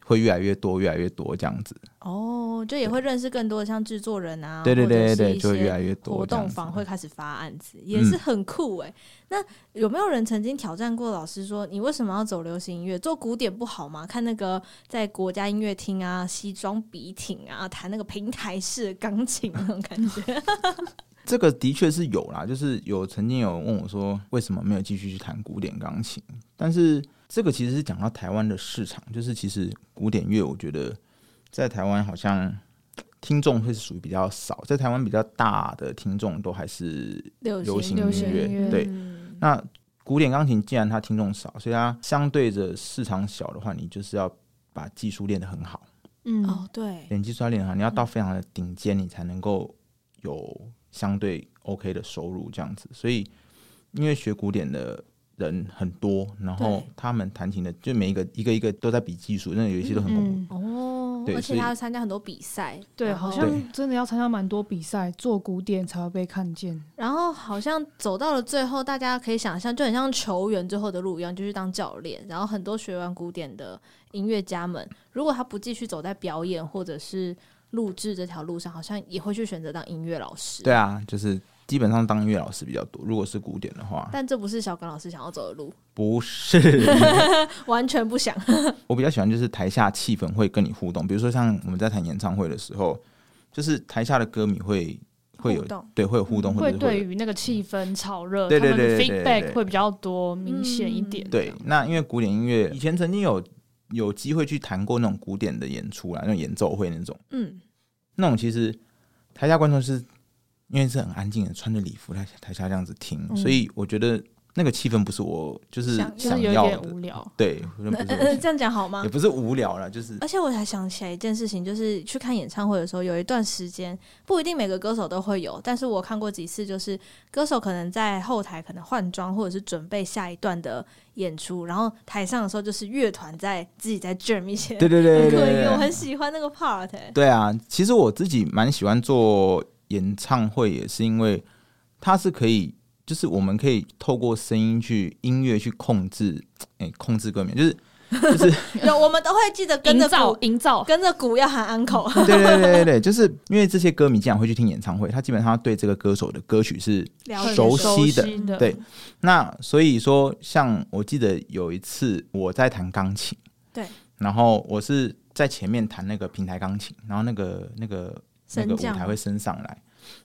[SPEAKER 3] 会越来越多，越来越多这样子。
[SPEAKER 1] 哦，就也会认识更多的像制作人啊，
[SPEAKER 3] 对对
[SPEAKER 1] 或者是
[SPEAKER 3] 对对对，
[SPEAKER 1] 一
[SPEAKER 3] 就会
[SPEAKER 1] 些
[SPEAKER 3] 越来越多。
[SPEAKER 1] 活
[SPEAKER 3] 这样
[SPEAKER 1] 动
[SPEAKER 3] 子
[SPEAKER 1] 坊会开始发案子，也是很酷哎、那有没有人曾经挑战过老师说，你为什么要走流行音乐，做古典不好吗？看那个在国家音乐厅啊，西装笔挺啊，弹那个平台式钢琴那种感觉。
[SPEAKER 3] 这个的确是有啦，就是有曾经有问我说，为什么没有继续去弹古典钢琴？但是这个其实是讲到台湾的市场，就是其实古典乐，我觉得在台湾好像听众会是属于比较少，在台湾比较大的听众都还是
[SPEAKER 1] 流
[SPEAKER 3] 流行
[SPEAKER 2] 流
[SPEAKER 3] 音
[SPEAKER 2] 行音
[SPEAKER 3] 乐，
[SPEAKER 2] 乐
[SPEAKER 3] 对。
[SPEAKER 1] 嗯
[SPEAKER 3] 那古典钢琴既然它听众少，所以它相对着市场小的话，你就是要把技术练得很好，
[SPEAKER 2] 嗯，
[SPEAKER 1] 哦，对，
[SPEAKER 3] 练技术要练得啊好，你要到非常的顶尖，你才能够有相对 OK 的收入这样子。所以，因为学古典的人很多，然后
[SPEAKER 1] 对
[SPEAKER 3] 他们弹琴的就每一个一个一个都在比技术，那有一些都很恐怖。
[SPEAKER 2] 嗯，
[SPEAKER 1] 哦，
[SPEAKER 3] 对
[SPEAKER 1] 而
[SPEAKER 3] 所
[SPEAKER 1] 且
[SPEAKER 3] 以
[SPEAKER 1] 他参加很多比赛，
[SPEAKER 2] 对，
[SPEAKER 1] 然
[SPEAKER 2] 好
[SPEAKER 1] 后
[SPEAKER 2] 像真的要参加蛮多比赛，做古典才会被看见。
[SPEAKER 1] 然后好像走到了最后，大家可以想象，就很像球员最后的路一样，就去当教练。然后很多学完古典的音乐家们，如果他不继续走在表演或者是录制这条路上，好像也会去选择当音乐老师。
[SPEAKER 3] 对，啊，就是基本上当音乐老师比较多。如果是古典的话，
[SPEAKER 1] 但这不是小刚老师想要走的路，
[SPEAKER 3] 不是，
[SPEAKER 1] 完全不想。
[SPEAKER 3] 我比较喜欢就是台下气氛会跟你互动，比如说像我们在谈演唱会的时候，就是台下的歌迷会会有
[SPEAKER 1] 互动
[SPEAKER 3] 对会有互动，或
[SPEAKER 2] 嗯会
[SPEAKER 3] 者是会
[SPEAKER 2] 对
[SPEAKER 3] 有
[SPEAKER 2] 于那个气氛炒热，
[SPEAKER 3] 对对
[SPEAKER 2] 他们的
[SPEAKER 3] 对对对对
[SPEAKER 2] feedback 会比较多，明显一点。
[SPEAKER 3] 对。那因为古典音乐以前曾经有有机会去谈过那种古典的演出啦，那种演奏会那种。
[SPEAKER 1] 嗯，
[SPEAKER 3] 那种其实台下观众是因为是很安静的，穿着礼服在台下这样子听，
[SPEAKER 2] 嗯
[SPEAKER 3] 所以我觉得那个气氛不是我就是
[SPEAKER 1] 想
[SPEAKER 2] 就是
[SPEAKER 3] 想
[SPEAKER 2] 有
[SPEAKER 3] 要
[SPEAKER 2] 点
[SPEAKER 3] 的
[SPEAKER 2] 无，聊。
[SPEAKER 3] 对，我觉得不是我 想
[SPEAKER 1] 这样讲好吗
[SPEAKER 3] 也？不是无聊了，就是
[SPEAKER 1] 而且我还想起来一件事情，就是去看演唱会的时候，有一段时间不一定每个歌手都会有，但是我看过几次，就是歌手可能在后台可能换装或者是准备下一段的演出，然后台上的时候就是乐团在自己在 jam 一些
[SPEAKER 3] 对对对对
[SPEAKER 1] 很
[SPEAKER 3] 对
[SPEAKER 1] 可
[SPEAKER 3] 对
[SPEAKER 1] 以，我
[SPEAKER 3] 对
[SPEAKER 1] 很喜欢那个 part 欸、
[SPEAKER 3] 对啊！其实我自己蛮喜欢做演唱会，也是因为它是可以。就是我们可以透过声音去音乐去控制，哎、控制歌名，就是
[SPEAKER 1] 有我们都会记得跟
[SPEAKER 2] 营
[SPEAKER 1] 着
[SPEAKER 2] 造
[SPEAKER 1] 鼓，
[SPEAKER 2] 营造，
[SPEAKER 1] 跟着鼓要喊 uncle，
[SPEAKER 3] 对 对对对对，就是因为这些歌迷既然会去听演唱会，他基本上对这个歌手的歌曲是
[SPEAKER 1] 了解
[SPEAKER 2] 很
[SPEAKER 3] 熟悉的
[SPEAKER 2] 的
[SPEAKER 3] 对，那所以说，像我记得有一次我在弹钢琴，
[SPEAKER 1] 对，
[SPEAKER 3] 然后我是在前面弹那个平台钢琴，然后那个那个那
[SPEAKER 1] 升
[SPEAKER 3] 个舞
[SPEAKER 1] 降
[SPEAKER 3] 台会升上来，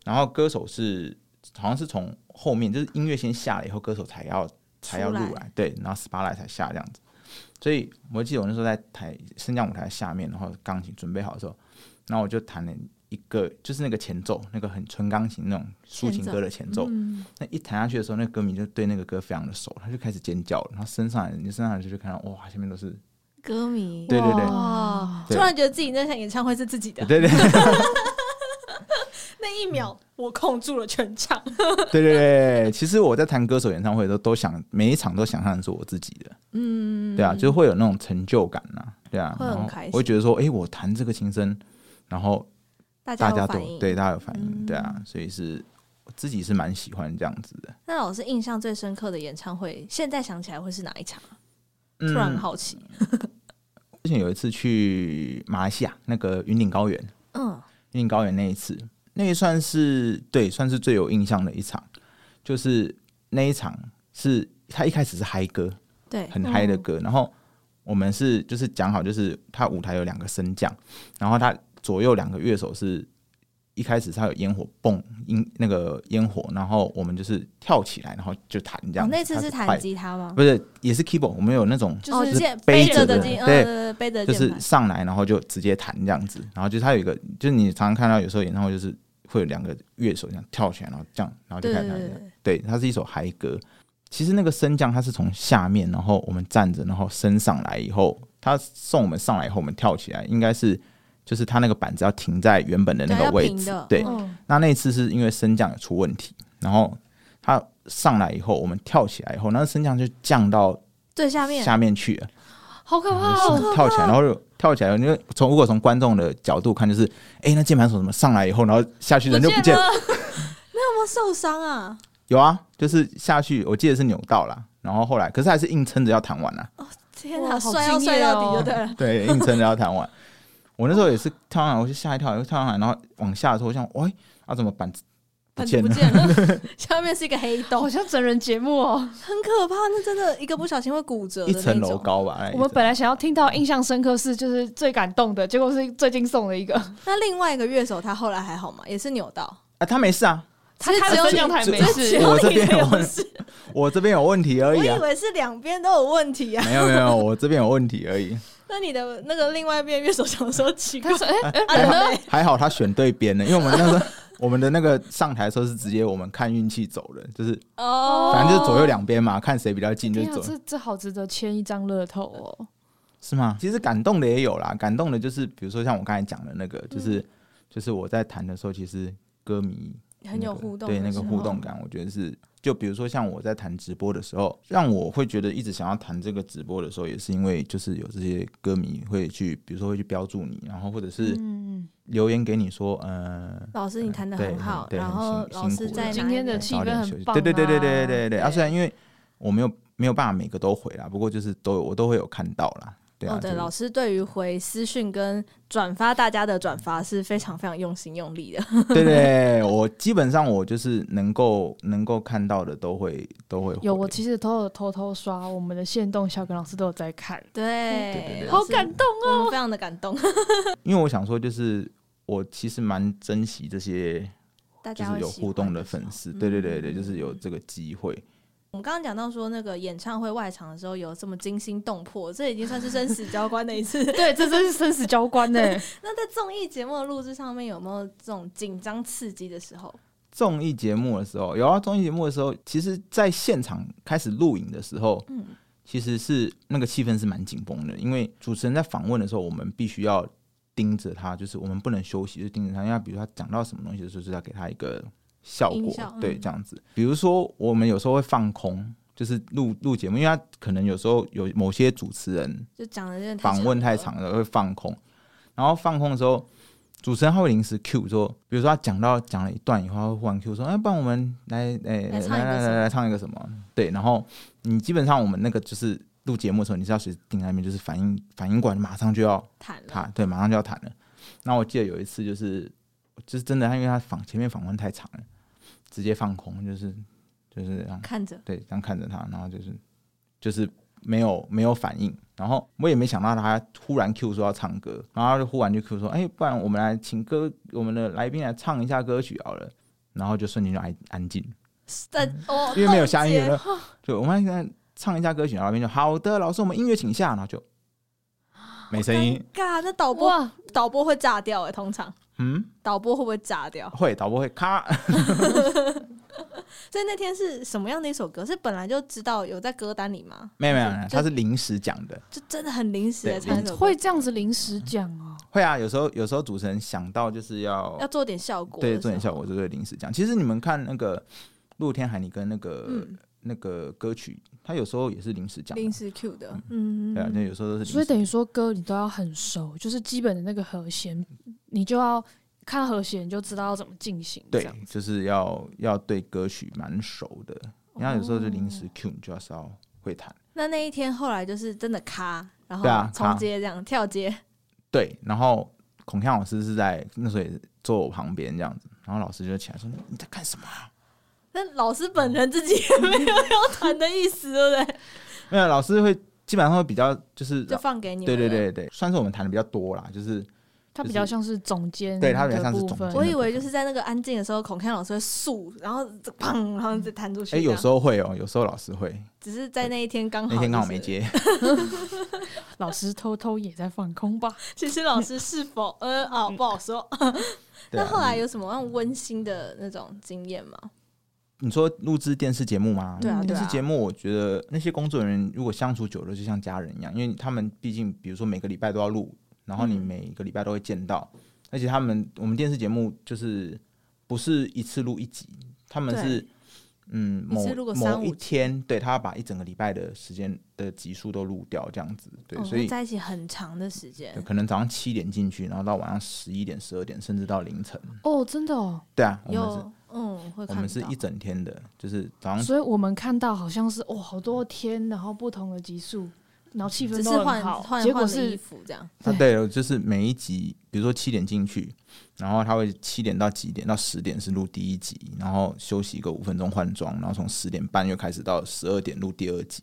[SPEAKER 3] 然后歌手是好像是从后面，就是音乐先下来以后，歌手才要才要
[SPEAKER 1] 出
[SPEAKER 3] 入
[SPEAKER 1] 来
[SPEAKER 3] 来，对，然后 spotlight 才下这样子。所以我记得我那时候在台升降舞台下面，然后钢琴准备好的时候，然后我就弹了一个，就是那个前奏，那个很纯钢琴那种抒情
[SPEAKER 1] 前奏
[SPEAKER 3] 歌的前奏，
[SPEAKER 2] 嗯，
[SPEAKER 3] 那一弹下去的时候，那个歌迷就对那个歌非常的熟，他就开始尖叫了，然后升上来，你升上来就看到哇，下面都是，
[SPEAKER 1] 歌迷，
[SPEAKER 3] 对对对
[SPEAKER 1] 哇，突
[SPEAKER 3] 对
[SPEAKER 1] 然觉得自己那场演唱会是自己的，
[SPEAKER 3] 对对对
[SPEAKER 1] 那一秒我控住了全场。
[SPEAKER 3] 对对对。其实我在弹歌手演唱会的时候，都想每一场都想象的是我自己的，
[SPEAKER 1] 嗯，
[SPEAKER 3] 对啊，就会有那种成就感呐、对啊，
[SPEAKER 1] 会很
[SPEAKER 3] 然后
[SPEAKER 1] 开心
[SPEAKER 3] 我会觉得说，诶，我弹这个琴声，然后
[SPEAKER 1] 大
[SPEAKER 3] 大
[SPEAKER 1] 家
[SPEAKER 3] 家
[SPEAKER 1] 有
[SPEAKER 3] 都
[SPEAKER 1] 反应。嗯
[SPEAKER 3] 对大家有反应，对啊，所以是我自己是蛮喜欢这样子的。
[SPEAKER 1] 那老师印象最深刻的演唱会，现在想起来会是哪一场？啊
[SPEAKER 3] 嗯
[SPEAKER 1] 突然很好奇。
[SPEAKER 3] 之前有一次去马来西亚那个云顶高原，
[SPEAKER 1] 嗯，
[SPEAKER 3] 云林高原那一次，那也算是对，算是最有印象的一场，就是那一场是他一开始是嗨歌，
[SPEAKER 1] 对，嗯
[SPEAKER 3] 很嗨的歌，然后我们是就是讲好，就是他舞台有两个升降，然后他左右两个乐手是。一开始他有烟火蹦音那个烟火，然后我们就是跳起来，然后就弹这样
[SPEAKER 1] 哦
[SPEAKER 3] 子。，
[SPEAKER 1] 那次
[SPEAKER 3] 它
[SPEAKER 1] 是
[SPEAKER 3] 快
[SPEAKER 1] 弹吉他吗？
[SPEAKER 3] 不是也是 keyboard，我们有那种
[SPEAKER 2] 就
[SPEAKER 1] 哦，
[SPEAKER 2] 是
[SPEAKER 1] 键
[SPEAKER 3] 背
[SPEAKER 1] 着
[SPEAKER 3] 着
[SPEAKER 1] 的
[SPEAKER 3] 的
[SPEAKER 1] 键，嗯
[SPEAKER 3] 对
[SPEAKER 1] 对，背着
[SPEAKER 3] 就
[SPEAKER 1] 键
[SPEAKER 3] 是
[SPEAKER 1] 盘。
[SPEAKER 3] 上来然后就直接弹这样子，然后就是它有一个，就是你常常看到有时候演唱会就是会有两个乐手这样跳起来，然后这样，然后就
[SPEAKER 1] 对
[SPEAKER 3] 开
[SPEAKER 1] 对
[SPEAKER 3] 始弹
[SPEAKER 1] 对
[SPEAKER 3] 这样。
[SPEAKER 1] 对，
[SPEAKER 3] 对，它是一首嗨歌。其实那个升降它是从下面，然后我们站着，然后升上来以后，它送我们上来以后，我们跳起来，应该是就是它那个板子要停在原本的那
[SPEAKER 1] 对
[SPEAKER 3] 个
[SPEAKER 1] 要
[SPEAKER 3] 位
[SPEAKER 1] 平
[SPEAKER 3] 置
[SPEAKER 1] 的。
[SPEAKER 3] 对，
[SPEAKER 2] 嗯
[SPEAKER 3] 那那一次是因为升降有出问题，然后它上来以后，我们跳起来以后，那个升降就降到
[SPEAKER 1] 最下面
[SPEAKER 3] 下面去了。
[SPEAKER 2] 好可怕
[SPEAKER 3] 就
[SPEAKER 2] 哦！
[SPEAKER 3] 是跳起来，然后就跳起来，因为从如果从观众的角度看，就是哎、诶那键盘手怎么上来以后，然后下去人就不见了？
[SPEAKER 1] 了，那有没有受伤啊？
[SPEAKER 3] 有啊，就是下去，我记得是扭到了，然后后来可是还是硬撑着要弹完啊，
[SPEAKER 1] 哦天哪，
[SPEAKER 2] 哇好
[SPEAKER 1] 摔要
[SPEAKER 2] 敬
[SPEAKER 1] 摔
[SPEAKER 2] 业
[SPEAKER 1] 到底
[SPEAKER 2] 哦
[SPEAKER 1] 就对了。
[SPEAKER 3] 对，硬撑着要弹 完。我那时候也是跳上来，我就吓一跳，又跳上来，然后往下的时候，我想，喂、啊怎么板子 不
[SPEAKER 1] 板子
[SPEAKER 3] 见
[SPEAKER 1] 不
[SPEAKER 3] 了？
[SPEAKER 1] 见 了，下面是一个黑
[SPEAKER 2] 好
[SPEAKER 1] 洞，
[SPEAKER 2] 像整人节目哦。
[SPEAKER 1] 哦很可怕。那真的一个不小心会骨折的
[SPEAKER 3] 一
[SPEAKER 1] 那
[SPEAKER 3] 层楼
[SPEAKER 1] 种。
[SPEAKER 3] 高吧，哎
[SPEAKER 2] 我们本来想要听到印象深刻是就是最感动的，结果是最惊悚的一个。
[SPEAKER 1] 那另外一个乐手他后来还好吗？也是扭到，
[SPEAKER 3] 啊他没事啊，
[SPEAKER 2] 他
[SPEAKER 1] 是
[SPEAKER 2] 他
[SPEAKER 1] 只有
[SPEAKER 2] 的升
[SPEAKER 1] 你
[SPEAKER 2] 降台
[SPEAKER 3] 只
[SPEAKER 2] 没
[SPEAKER 1] 只
[SPEAKER 2] 事，
[SPEAKER 1] 有
[SPEAKER 3] 我这
[SPEAKER 1] 你
[SPEAKER 3] 边有
[SPEAKER 1] 有
[SPEAKER 3] 问
[SPEAKER 1] 事。
[SPEAKER 3] 我这边有问题而
[SPEAKER 1] 我
[SPEAKER 3] 已
[SPEAKER 1] 以
[SPEAKER 3] 啊，
[SPEAKER 1] 为是两边都有问题啊。
[SPEAKER 3] 没有没有，我这边有问题而已，
[SPEAKER 1] 那你的那个另外一边乐手想说 奇怪
[SPEAKER 2] 他，说：“哎、哎
[SPEAKER 1] 啊人呢？
[SPEAKER 3] 还好他选对边了，因为我们 那时候我们的那个上台的时候是直接我们看运气走人，就是
[SPEAKER 1] 哦，
[SPEAKER 3] 反正就是左右两边嘛，看谁比较近就
[SPEAKER 2] 天
[SPEAKER 3] 是
[SPEAKER 2] 啊，
[SPEAKER 3] 走，
[SPEAKER 2] 这这好值得签一张乐透哦！
[SPEAKER 3] 是吗？其实感动的也有啦，感动
[SPEAKER 1] 嗯
[SPEAKER 3] 的就是比如说像我刚才讲的那个，就是、就是我在弹的时候，其实歌迷
[SPEAKER 1] 很有
[SPEAKER 3] 那个
[SPEAKER 1] 互动的
[SPEAKER 3] 对
[SPEAKER 1] 时候，
[SPEAKER 3] 那个互动感，我觉得是，就比如说像我在谈直播的时候，让我会觉得一直想要谈这个直播的时候，也是因为就是有这些歌迷会去，比如说会去标注你，然后或者是
[SPEAKER 2] 嗯，
[SPEAKER 3] 留言给你说，呃，
[SPEAKER 1] 老师你弹的
[SPEAKER 3] 对
[SPEAKER 1] 很好，
[SPEAKER 3] 对
[SPEAKER 1] 然
[SPEAKER 3] 很
[SPEAKER 1] 后
[SPEAKER 3] 辛
[SPEAKER 1] 老
[SPEAKER 3] 辛
[SPEAKER 1] 师
[SPEAKER 3] 苦
[SPEAKER 1] 在
[SPEAKER 3] 了
[SPEAKER 2] 今
[SPEAKER 1] 哪
[SPEAKER 2] 天
[SPEAKER 1] 里
[SPEAKER 2] 的
[SPEAKER 1] 哪
[SPEAKER 2] 气
[SPEAKER 3] 早
[SPEAKER 2] 氛
[SPEAKER 3] 点
[SPEAKER 2] 很
[SPEAKER 3] 休息
[SPEAKER 2] 棒啊
[SPEAKER 3] 对对对对对对对。啊，
[SPEAKER 1] 对
[SPEAKER 3] 虽然因为我没有没有办法每个都回啦，不过就是都有我都会有看到啦。对啊，
[SPEAKER 1] 哦，对，
[SPEAKER 3] 就是
[SPEAKER 1] 老师对于回私讯跟转发大家的转发是非常非常用心用力的。
[SPEAKER 3] 对对，我基本上我就是能够能够看到的都会都会回
[SPEAKER 2] 有，我其实都有偷偷刷我们的线动，小耿老师都有在看，
[SPEAKER 1] 对
[SPEAKER 3] 对对
[SPEAKER 2] 好感 动
[SPEAKER 1] 动，我们非常的感动，
[SPEAKER 3] 因为我想说，就是我其实蛮珍惜这些
[SPEAKER 1] 大
[SPEAKER 3] 就
[SPEAKER 1] 家
[SPEAKER 3] 是
[SPEAKER 1] 会
[SPEAKER 3] 有
[SPEAKER 1] 喜
[SPEAKER 3] 互
[SPEAKER 1] 欢
[SPEAKER 3] 动
[SPEAKER 1] 的
[SPEAKER 3] 的
[SPEAKER 1] 时候
[SPEAKER 3] 粉丝，
[SPEAKER 1] 嗯
[SPEAKER 3] 对对对对，就是有这个机会。
[SPEAKER 1] 我们刚刚讲到说，那个演唱会外场的时候有这么惊心动魄，这已经算是生死交关的一次。
[SPEAKER 2] 对，这真是生死交关 呢、
[SPEAKER 3] 哦
[SPEAKER 1] 那在综艺节目的录制上面，有没有这种紧张刺激的时候？
[SPEAKER 3] 综艺节目的时候，有啊，综艺节目的时候，其实在现场开始录影的时候，
[SPEAKER 1] 嗯
[SPEAKER 3] 其实是那个气氛是蛮紧绷的，因为主持人在访问的时候，我们必须要盯着他，就是我们不能休息，就盯着他，因为他比如他讲到什么东西的时候，就是要给他一个效
[SPEAKER 1] 音
[SPEAKER 3] 果，
[SPEAKER 1] 效嗯
[SPEAKER 3] 对，这样子。比如说我们有时候会放空，就是录录节目，因为他可能有时候有某些主持人
[SPEAKER 1] 就讲的有点太
[SPEAKER 3] 访问太
[SPEAKER 1] 长
[SPEAKER 3] 长了会放空，然后放空的时候，主持人他会临时 Q 说，比如说他讲到讲了一段以后，他会忽然 Q 说，哎，不然我们来，哎，
[SPEAKER 1] 来
[SPEAKER 3] 来
[SPEAKER 1] 唱一个
[SPEAKER 3] 来
[SPEAKER 1] 什么
[SPEAKER 3] 来来唱一个什么？对，然后你基本上我们那个就是录节目的时候，你是要随时盯在那边，就是反应反应过来，马上就要
[SPEAKER 1] 谈了，
[SPEAKER 3] 谈，对，马上就要谈了。那我记得有一次就是，就是真的他因为他访前面访问太长了，直接放空，就是就是这样。
[SPEAKER 1] 看
[SPEAKER 2] 嗯
[SPEAKER 1] 着
[SPEAKER 3] 对，这样看着他，然后就是就是没有没有反应，然后我也没想到他忽然 Q 说要唱歌，然后他就忽然就 Q 说，哎、不然我们来请歌我们的来宾来唱一下歌曲好了，然后就瞬间就安安静，
[SPEAKER 1] 在哦，
[SPEAKER 3] 因为没有
[SPEAKER 1] 冻
[SPEAKER 3] 下音
[SPEAKER 1] 结
[SPEAKER 3] 乐 了，就我们来唱一下歌曲，然后那边就好的，老师我们音乐请下，然后就
[SPEAKER 1] 哦
[SPEAKER 3] 没声音，
[SPEAKER 1] 尴尬，啊那导播
[SPEAKER 2] 哇，
[SPEAKER 1] 导播会炸掉哎、通常
[SPEAKER 3] 嗯，
[SPEAKER 1] 导播会不会炸掉？
[SPEAKER 3] 会导播会咔，
[SPEAKER 1] 哦所以那天是什么样的一首歌？是本来就知道有在歌单里吗？
[SPEAKER 3] 没有没有，没有
[SPEAKER 1] 就
[SPEAKER 3] 他是临时讲的，
[SPEAKER 1] 就真的很临时
[SPEAKER 3] 对
[SPEAKER 1] 的唱一首歌，
[SPEAKER 2] 会这样子临时讲哦、
[SPEAKER 3] 会啊，有时候有时候主持人想到就是要
[SPEAKER 1] 要做点效果，
[SPEAKER 3] 对，做点效果，这个临时讲。其实你们看那个露天海尼跟那个、
[SPEAKER 1] 嗯
[SPEAKER 3] 那个歌曲，他有时候也是临时讲的，
[SPEAKER 1] 临时 Q 的，嗯，
[SPEAKER 3] 对啊，就有时候都是
[SPEAKER 2] 所
[SPEAKER 3] 临
[SPEAKER 2] 以
[SPEAKER 3] 时。
[SPEAKER 2] 等于说歌你都要很熟，就是基本的那个和弦，你就要看和弦你就知道要怎么进行。这
[SPEAKER 3] 对
[SPEAKER 2] 样，
[SPEAKER 3] 就是要要对歌曲蛮熟的，
[SPEAKER 1] 哦
[SPEAKER 3] 然后有时候就临时 Q，你就要稍会弹。
[SPEAKER 1] 那那一天后来就是真的卡，然后
[SPEAKER 3] 对啊
[SPEAKER 1] 重
[SPEAKER 3] 咔
[SPEAKER 1] 接这样、跳接，
[SPEAKER 3] 对，然后孔锵老师是在那时候也是坐我旁边这样子，然后老师就起来说：“你你在干什么啊、
[SPEAKER 1] 但老师本人自己也没 有要弹的意思，对不对？
[SPEAKER 3] 没有，老师会基本上会比较就是
[SPEAKER 1] 就放给你们。
[SPEAKER 3] 对对。对对，算是我们弹的比较多啦，就是
[SPEAKER 2] 它
[SPEAKER 3] 就
[SPEAKER 2] 比较
[SPEAKER 3] 是
[SPEAKER 2] 像是总监，
[SPEAKER 3] 对它比较像是
[SPEAKER 2] 部
[SPEAKER 3] 总
[SPEAKER 2] 分
[SPEAKER 3] 监
[SPEAKER 1] 我以为就是在那个安静的时候，孔锵老师会竖，然后砰，然后再弹出去。
[SPEAKER 3] 哎、有时
[SPEAKER 1] 候
[SPEAKER 3] 候会哦，有时候老师会，
[SPEAKER 1] 只是在那一天刚好、
[SPEAKER 3] 那天刚好没。 接。
[SPEAKER 2] 老师偷偷也在放空吧。
[SPEAKER 1] 其实老师是否呃哦不好说。
[SPEAKER 3] 对
[SPEAKER 1] 那
[SPEAKER 3] 啊
[SPEAKER 1] 后来有什么样温馨的那种经验吗？
[SPEAKER 3] 你说录制电视节目吗？
[SPEAKER 1] 对啊对啊
[SPEAKER 3] 电视节目，我觉得那些工作人员如果相处久了，就像家人一样，因为他们毕竟，比如说每个礼拜都要录，然后你
[SPEAKER 1] 嗯
[SPEAKER 3] 每个礼拜都会见到，而且他们我们电视节目就是不是一次录一集，他们是嗯
[SPEAKER 1] 一
[SPEAKER 3] 某
[SPEAKER 1] 次录个三
[SPEAKER 3] 某
[SPEAKER 1] 五
[SPEAKER 3] 一
[SPEAKER 1] 集
[SPEAKER 3] 天，对他要把一整个礼拜的时间的集数都录掉，这样子，对，
[SPEAKER 1] 哦
[SPEAKER 3] 所以
[SPEAKER 1] 那在一起很长的时间
[SPEAKER 3] 对。可能早上七点进去，然后到晚上十一点、十二点，甚至到凌晨，
[SPEAKER 2] 哦，真的哦，
[SPEAKER 3] 对啊，我们是
[SPEAKER 1] 有，嗯，会
[SPEAKER 3] 我
[SPEAKER 1] 看
[SPEAKER 3] 们是
[SPEAKER 1] 到
[SPEAKER 3] 一整天的，就是早上
[SPEAKER 2] 所以我们看到好像是哦，好多天，然后不同的级数，然后气
[SPEAKER 1] 只
[SPEAKER 2] 氛
[SPEAKER 1] 是
[SPEAKER 2] 都
[SPEAKER 1] 换
[SPEAKER 2] 很
[SPEAKER 1] 换
[SPEAKER 2] 好，结
[SPEAKER 1] 换
[SPEAKER 2] 果
[SPEAKER 1] 了衣
[SPEAKER 2] 是
[SPEAKER 1] 服这样，
[SPEAKER 3] 啊，对，就是每一集，比如说七点进去，然后他会七点到几点到十点是录第一集，然后休息个五分钟换装，然后从十点半又开始到十二点录第二集，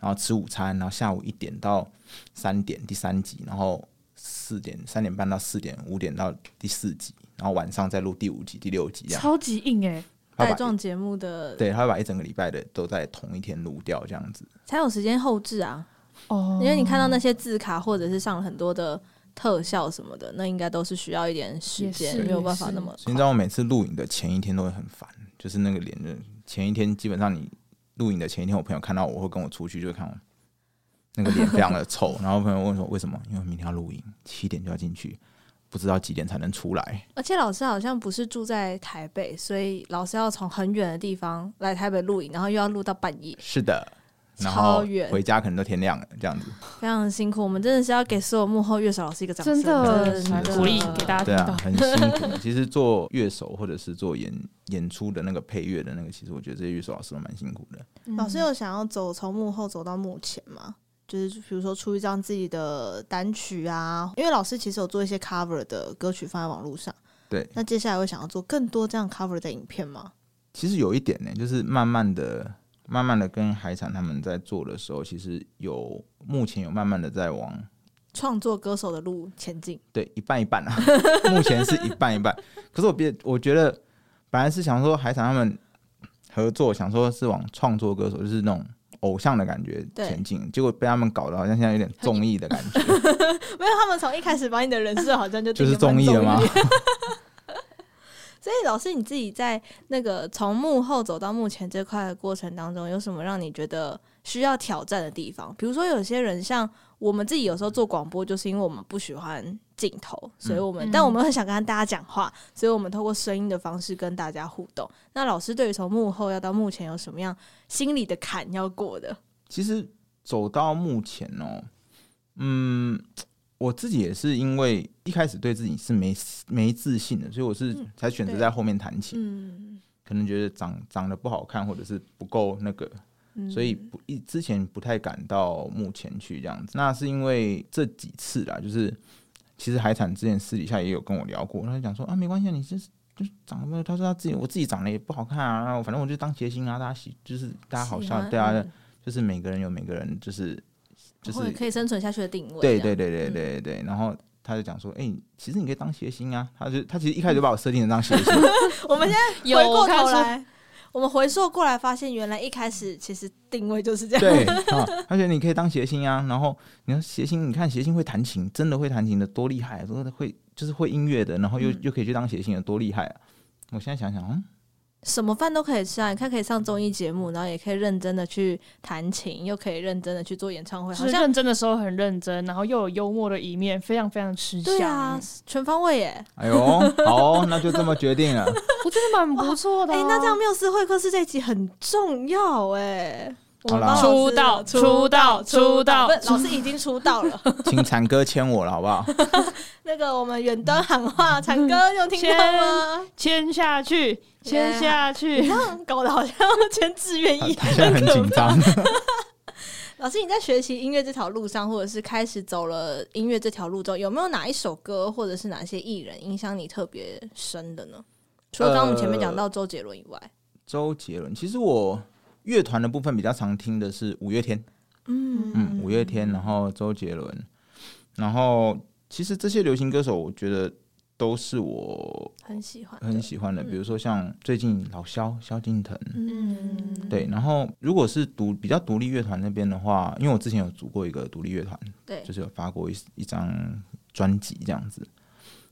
[SPEAKER 3] 然后吃午餐，然后下午一点到三点第三集，然后四点三点半到四点五点到第四集，然后晚上再录第五集第六集这样，
[SPEAKER 2] 超级硬哎、
[SPEAKER 3] 他
[SPEAKER 1] 带
[SPEAKER 3] 会把
[SPEAKER 1] 状节目的
[SPEAKER 3] 对，他会把一整个礼拜的都在同一天录掉这样子。
[SPEAKER 1] 才有时间后置啊，
[SPEAKER 2] 哦，
[SPEAKER 1] 因为你看到那些字卡或者是上了很多的特效什么的，那应该都是需要一点时
[SPEAKER 2] 也
[SPEAKER 1] 间，
[SPEAKER 2] 是
[SPEAKER 1] 没有办法那么
[SPEAKER 3] 所以
[SPEAKER 1] 快
[SPEAKER 3] 你知道我每次录影的前一天都会很烦，就是那个脸的前一天，基本上你录影的前一天，我朋友看到我会跟我出去，就会看我那个脸非常的臭，然后朋友问说为什么？因为明天要录影，七点就要进去，不知道几点才能出来。
[SPEAKER 1] 而且老师好像不是住在台北，所以老师要从很远的地方来台北录影，然后又要录到半夜，
[SPEAKER 3] 是的，然
[SPEAKER 1] 超
[SPEAKER 3] 后
[SPEAKER 1] 远
[SPEAKER 3] 回家可能都天亮了，这样子。
[SPEAKER 1] 非常辛苦。我们真的是要给所有幕后乐手老师一个掌声，
[SPEAKER 2] 嗯真的
[SPEAKER 1] 真的
[SPEAKER 2] 鼓励给大家
[SPEAKER 3] 对
[SPEAKER 2] 听到
[SPEAKER 3] 啊，。很 辛苦。其实做乐手或者是做演演出的那个配乐的那个，其实我觉得这些乐手老师都蛮辛苦的。
[SPEAKER 2] 嗯
[SPEAKER 1] 老师有想要走从幕后走到幕前吗？就是比如说出一张自己的单曲啊，因为老师其实有做一些 cover 的歌曲放在网络上，
[SPEAKER 3] 对，
[SPEAKER 1] 那接下来会想要做更多这样 cover 的影片吗？
[SPEAKER 3] 其实有一点呢，就是慢慢的、慢慢的跟海产他们在做的时候，其实有目前有慢慢的在往
[SPEAKER 1] 创作歌手的路前进，
[SPEAKER 3] 对一半一半啊，目前是一半一半。可是我别我觉得本来是想说海产他们合作，想说是往创作歌手，就是那种。偶像的感觉
[SPEAKER 1] 对
[SPEAKER 3] 前进，结果被他们搞得好像现在有点综艺的感觉，
[SPEAKER 1] 没有他们从一开始把你的人设好像就
[SPEAKER 3] 就是综艺了吗？
[SPEAKER 1] 所以老师你自己在那个从幕后走到幕前这块的过程当中，有什么让你觉得需要挑战的地方？比如说有些人像我们自己有时候做广播，就是因为我们不喜欢镜头，所以我们、
[SPEAKER 2] 嗯
[SPEAKER 1] 但我们很想跟大家讲话，所以我们透过声音的方式跟大家互动。那老师对于从幕后要到幕前有什么样心理的坎要过的？
[SPEAKER 3] 其实走到目前哦，嗯，我自己也是因为一开始对自己是没没自信的，所以我是
[SPEAKER 1] 嗯
[SPEAKER 3] 才选择
[SPEAKER 1] 对
[SPEAKER 3] 在后面弹琴，
[SPEAKER 1] 嗯，
[SPEAKER 3] 可能觉得长长得不好看，或者是不够那个，
[SPEAKER 1] 嗯
[SPEAKER 3] 所以不一之前不太敢到目前去这样子。那是因为这几次啦，就是其实海产之前私底下也有跟我聊过，他就讲说啊，没关系啊，你就是。就是长得没有，他说他自己，我自己长得也不好看啊，然后反正我就当谐星啊，大家喜就是大家好笑，对啊，
[SPEAKER 1] 嗯
[SPEAKER 3] 就是每个人有每个人就是就
[SPEAKER 1] 或者
[SPEAKER 3] 是
[SPEAKER 1] 可以啊嗯生存下去的定位，
[SPEAKER 3] 对
[SPEAKER 1] 这样
[SPEAKER 3] 对对对对对，然后。他就讲说，哎、其实你可以当谐 星啊。他就他其实一开始就把我设定成当谐星，
[SPEAKER 1] 嗯我们
[SPEAKER 2] 有
[SPEAKER 1] 回过
[SPEAKER 2] 我看
[SPEAKER 1] 头
[SPEAKER 2] 说
[SPEAKER 1] 来，我们回溯过来，发现原来一开始其实定位就是这样。
[SPEAKER 3] 对 啊，他觉得你可以当谐星啊。然后你说谐星，你看谐星会弹琴，真的会弹琴的多厉害、啊，多会就是会音乐的，然后又、
[SPEAKER 1] 嗯
[SPEAKER 3] 又可以去当谐星的多厉害啊。我现在想想，嗯，
[SPEAKER 1] 什么饭都可以吃啊！你看，可以上综艺节目，然后也可以认真的去弹琴，又可以认真的去做演唱会，
[SPEAKER 2] 就
[SPEAKER 1] 好
[SPEAKER 2] 是
[SPEAKER 1] 像
[SPEAKER 2] 认真的时候很认真，然后又有幽默的一面，非常非常吃香。
[SPEAKER 1] 对啊，全方位耶！
[SPEAKER 3] 哎呦，好哦、那就这么决定了。
[SPEAKER 2] 我觉得蛮不错的
[SPEAKER 1] 哎、
[SPEAKER 2] 啊、
[SPEAKER 1] 那这样缪斯会客室这一集很重要哎。我们
[SPEAKER 3] 好
[SPEAKER 1] 帮
[SPEAKER 3] 啦
[SPEAKER 1] 老师
[SPEAKER 2] 出
[SPEAKER 3] 哦
[SPEAKER 2] 道
[SPEAKER 1] 出道
[SPEAKER 2] 出道
[SPEAKER 1] 不是老师已经出道了。
[SPEAKER 3] 请产哥签我了，好不好？
[SPEAKER 1] 那个我们远端喊 话，产哥有听到吗？
[SPEAKER 2] 签下去，签
[SPEAKER 1] 啊
[SPEAKER 2] 下去。
[SPEAKER 1] 搞得好像签志愿
[SPEAKER 3] 他
[SPEAKER 1] 意，
[SPEAKER 3] 他现在很紧 张。
[SPEAKER 1] 老师，你在学习音乐这条路上，或者是开始走了音乐这条路之后，有没有哪一首歌，或者是哪些艺人影响你特别深的呢？除了刚刚我们前面讲到周杰伦以外，
[SPEAKER 3] 周杰伦，其实我乐团的部分比较常听的是五月天。
[SPEAKER 1] 嗯
[SPEAKER 3] 嗯，五月天，然后周杰伦，然后其实这些流行歌手，我觉得都是我
[SPEAKER 1] 很喜欢，
[SPEAKER 3] 很喜欢的，
[SPEAKER 1] 嗯
[SPEAKER 3] 比如说像最近老萧萧敬腾，
[SPEAKER 1] 嗯，
[SPEAKER 3] 对，然后如果是独比较独立乐团那边的话，因为我之前有组过一个独立乐团，
[SPEAKER 1] 对
[SPEAKER 3] 就，是有发过一一张专辑这样子。